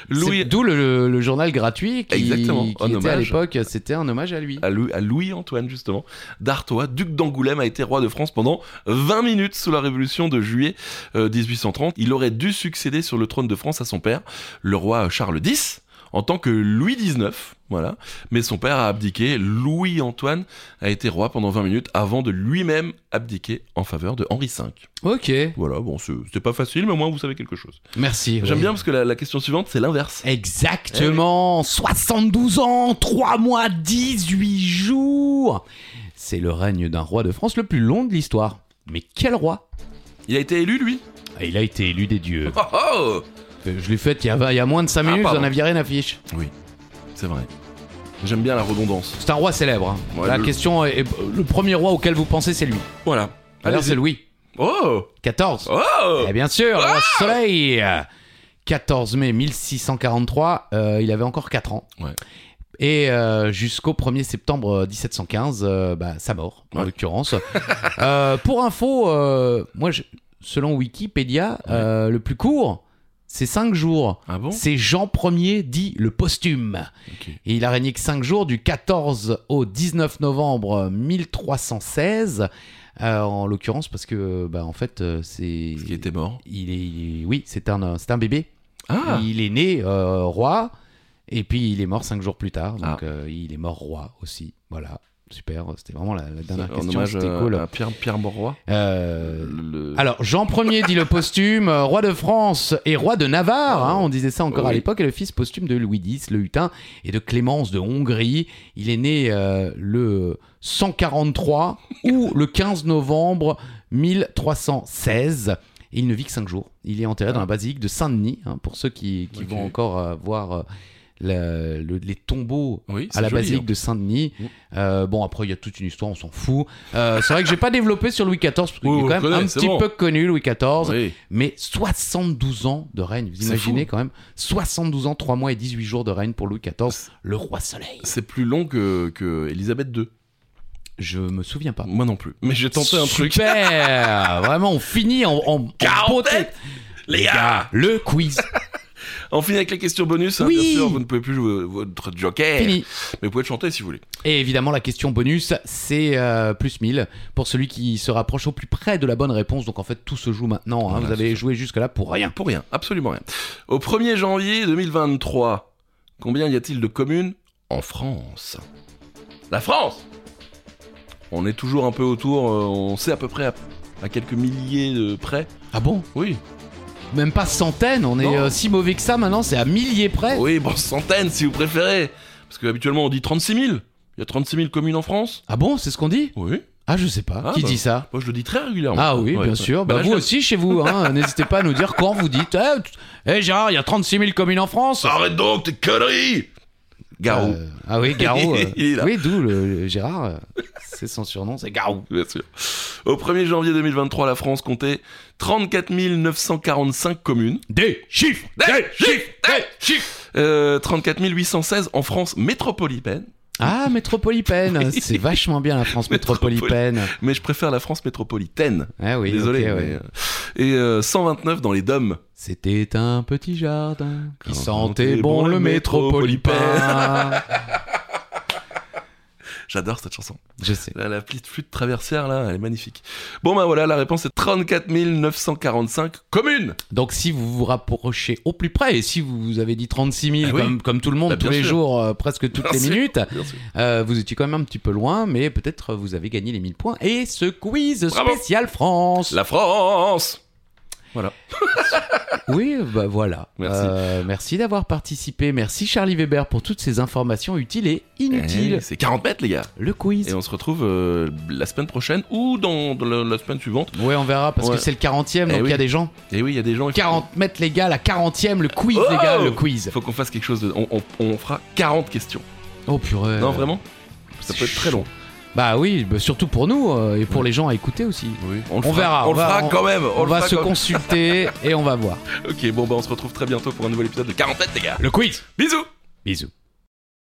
S1: Louis...
S3: D'où le, le- le journal gratuit qui,
S1: Exactement,
S3: qui
S1: un
S3: était à
S1: hommage.
S3: l'époque, c'était un hommage à lui.
S1: À Louis- à Louis-Antoine, justement, d'Artois, duc d'Angoulême, a été roi de France pendant 20 minutes sous la Révolution de juillet euh, 1830. Il aurait dû succéder sur le trône de France à son père, le roi Charles X, en tant que Louis XIX. Voilà. Mais son père a abdiqué. Louis-Antoine a été roi pendant 20 minutes avant de lui-même abdiquer en faveur de Henri V.
S3: Ok,
S1: Voilà, bon, c'est- c'était pas facile, mais au moins vous savez quelque chose.
S3: merci.
S1: J'aime
S3: Oui.
S1: bien parce que la, la question suivante, c'est l'inverse. Eh.
S3: Exactement, 72 ans, 3 mois, 18 jours. C'est le règne d'un roi de France le plus long de l'histoire. Mais quel roi
S1: Il a été élu, lui
S2: Ah, Il a été élu des dieux.
S1: Oh oh
S3: Euh, Je l'ai fait il y, a, il y a moins de 5
S1: Ah,
S3: minutes, vous
S1: pardon.
S3: en aviez rien à fiche.
S1: C'est vrai. J'aime bien la redondance.
S3: C'est un roi célèbre. hein.
S1: Ouais,
S3: La
S1: le-
S3: question est, le premier roi auquel vous pensez, c'est lui.
S1: Voilà.
S3: Alors
S1: Allez-y.
S3: c'est Louis
S1: Oh
S3: XIV.
S1: Oh
S3: Et Eh bien sûr, le soleil 14 mai 1643, euh, il avait encore 4 ans.
S1: Ouais.
S3: Et euh, jusqu'au 1er septembre 1715, euh, bah, sa mort, en
S1: Ouais.
S3: l'occurrence. Euh, pour info, euh, moi, je- selon Wikipédia, euh, le plus court, c'est 5 jours.
S1: Ah bon
S3: C'est Jean Ier dit le posthume.
S1: Ok.
S3: Et il a régné que 5 jours du 14 au 19 novembre 1316. euh, en l'occurrence, parce que, bah, en fait, euh, c'est.
S1: Parce qu'il était mort.
S3: Il est, il est- oui, c'est un, euh, c'est un bébé.
S1: Ah
S3: Il est né euh, roi et puis il est mort cinq jours plus tard. Donc
S1: Ah.
S3: euh, il est mort roi aussi. Voilà, super. C'était vraiment la, la dernière
S1: C'est
S3: question.
S1: En hommage
S3: C'était
S1: euh,
S3: cool.
S1: à Pierre, Pierre Mauroy.
S3: Euh,
S1: Le-
S3: alors Jean Ier dit le posthume, euh, roi de France et roi de Navarre. hein, on disait ça encore à
S1: Oui.
S3: l'époque. Et le fils posthume de Louis X, le Hutin, et de Clémence de Hongrie. Il est né euh, le 143 ou le 15 novembre 1316. Et il ne vit que 5 jours. Il est enterré dans la basilique de Saint-Denis, hein, pour ceux qui, qui
S1: Ok.
S3: vont encore euh, voir euh, la- le- les tombeaux
S1: Oui,
S3: à la
S1: joli,
S3: basilique
S1: hein.
S3: de Saint-Denis.
S1: Mm.
S3: Euh, bon, après, il y a toute une histoire, on s'en fout. Euh, c'est vrai que j'ai pas développé sur Louis XIV, parce qu'il
S1: Oui,
S3: est
S1: on
S3: quand même
S1: connaît,
S3: un
S1: c'est
S3: petit
S1: bon.
S3: peu connu, Louis XIV.
S1: Oui.
S3: Mais 72 ans de règne, vous
S1: C'est
S3: imaginez quand même 72 ans, 3 mois et 18 jours de règne pour Louis XIV, le roi soleil.
S1: C'est plus long que, que Elisabeth II.
S3: Je me souviens pas.
S1: Moi non plus. Mais j'ai tenté un truc.
S3: Super Vraiment, on finit en, en, en beauté.
S1: Quarantaine Les gars
S3: Le quiz,
S1: On finit avec les questions bonus. hein,
S3: Oui.
S1: bien sûr, vous ne pouvez plus jouer votre joker.
S3: fini.
S1: Mais vous pouvez le chanter si vous voulez.
S3: Et évidemment, la question bonus, c'est euh, plus 1000 pour celui qui se rapproche au plus près de la bonne réponse. Donc en fait, tout se joue maintenant. hein.
S1: Voilà,
S3: Vous avez joué jusque-là pour rien.
S1: Pour rien, absolument rien. Au 1er janvier 2023, combien y a-t-il de communes en France La France On est toujours un peu autour, euh, on sait à peu près à, à quelques milliers de près.
S3: Ah bon
S1: Oui.
S3: même pas centaines, on
S1: Non. Oh.
S3: est euh, si mauvais que ça maintenant, c'est à milliers près.
S1: Oui, bon, centaines si vous préférez. Parce qu'habituellement on dit 36 000. Il y a 36 000 communes en France.
S3: Ah bon, c'est ce qu'on dit
S1: Oui.
S3: Ah, je sais pas.
S1: Ah,
S3: Qui
S1: bah.
S3: dit ça
S1: Moi je le dis très régulièrement.
S3: Ah oui,
S1: Ouais,
S3: bien
S1: ouais.
S3: sûr.
S1: Bah,
S3: Bah,
S1: là,
S3: vous
S1: je-
S3: aussi chez vous, hein, n'hésitez pas à nous dire quand vous dites Eh, tu- eh, Gérard, il y a 36 000 communes en France
S1: Arrête donc tes conneries Ah, Garou.
S3: Euh, Ah oui, Garou. euh,
S1: Il est là.
S3: oui, d'où le le Gérard, euh, c'est son surnom, c'est Garou.
S1: Bien sûr. Au 1er janvier 2023, la France comptait 34 945 communes.
S3: Des chiffres
S1: Des chiffres Des chiffres Euh, 34 816 en France métropolitaine.
S3: Ah, métropolitaine C'est vachement bien la France métropolitaine.
S1: Mais je préfère la France métropolitaine.
S3: Ah oui,
S1: Désolé.
S3: ok, ouais.
S1: mais, euh, Et euh, 129 dans les DOM.
S3: C'était un petit jardin qui
S1: Quand
S3: sentait bon le métropolitain.
S1: J'adore cette chanson.
S3: Je sais.
S1: Là, la petite flûte traversière, là, elle est magnifique. Bon, ben voilà, la réponse est 34 945 communes.
S3: Donc si vous vous rapprochez au plus près, et si vous vous avez dit 36 000
S1: Bah oui.
S3: comme, comme tout le monde,
S1: Bah,
S3: tous
S1: bien
S3: les
S1: sûr.
S3: jours, euh, presque toutes
S1: Bien
S3: les
S1: sûr.
S3: minutes,
S1: Bien sûr.
S3: euh, vous étiez quand même un petit peu loin, mais peut-être vous avez gagné les 1000 points. Et ce quiz
S1: Bravo.
S3: spécial France
S1: La France
S3: Oui, bah voilà.
S1: Merci.
S3: Euh, merci d'avoir participé. Merci Charlie Weber pour toutes ces informations utiles et inutiles.
S1: Eh, C'est 40 mètres, les gars.
S3: Le quiz.
S1: Et on se retrouve euh, la semaine prochaine ou dans, dans la, la semaine suivante.
S3: Ouais, on verra parce
S1: Ouais.
S3: que c'est le 40e, donc il
S1: Eh
S3: y a
S1: oui.
S3: des gens.
S1: Et oui, il y a des gens. il faut-
S3: 40 mètres, les gars, la 40e, le quiz, les
S1: Oh
S3: gars, le quiz.
S1: Il faut qu'on fasse quelque chose de. On, on- on fera 40 questions.
S3: Oh purée.
S1: Non, vraiment Ça
S3: c'est
S1: peut être très long.
S3: Bah oui, bah surtout pour nous euh, et pour les gens à écouter aussi.
S1: On, le
S3: On
S1: fera-
S3: verra,
S1: On
S3: on
S1: le
S3: va-
S1: fera
S3: on-
S1: quand même.
S3: On,
S1: Oh, le
S3: va
S1: fera
S3: se
S1: quand-
S3: consulter et on va voir.
S1: ben, Ok, bon, bah, on se retrouve très bientôt pour un nouvel épisode de 40 mètres, les gars.
S3: Le quiz
S1: Bisous
S3: Bisous.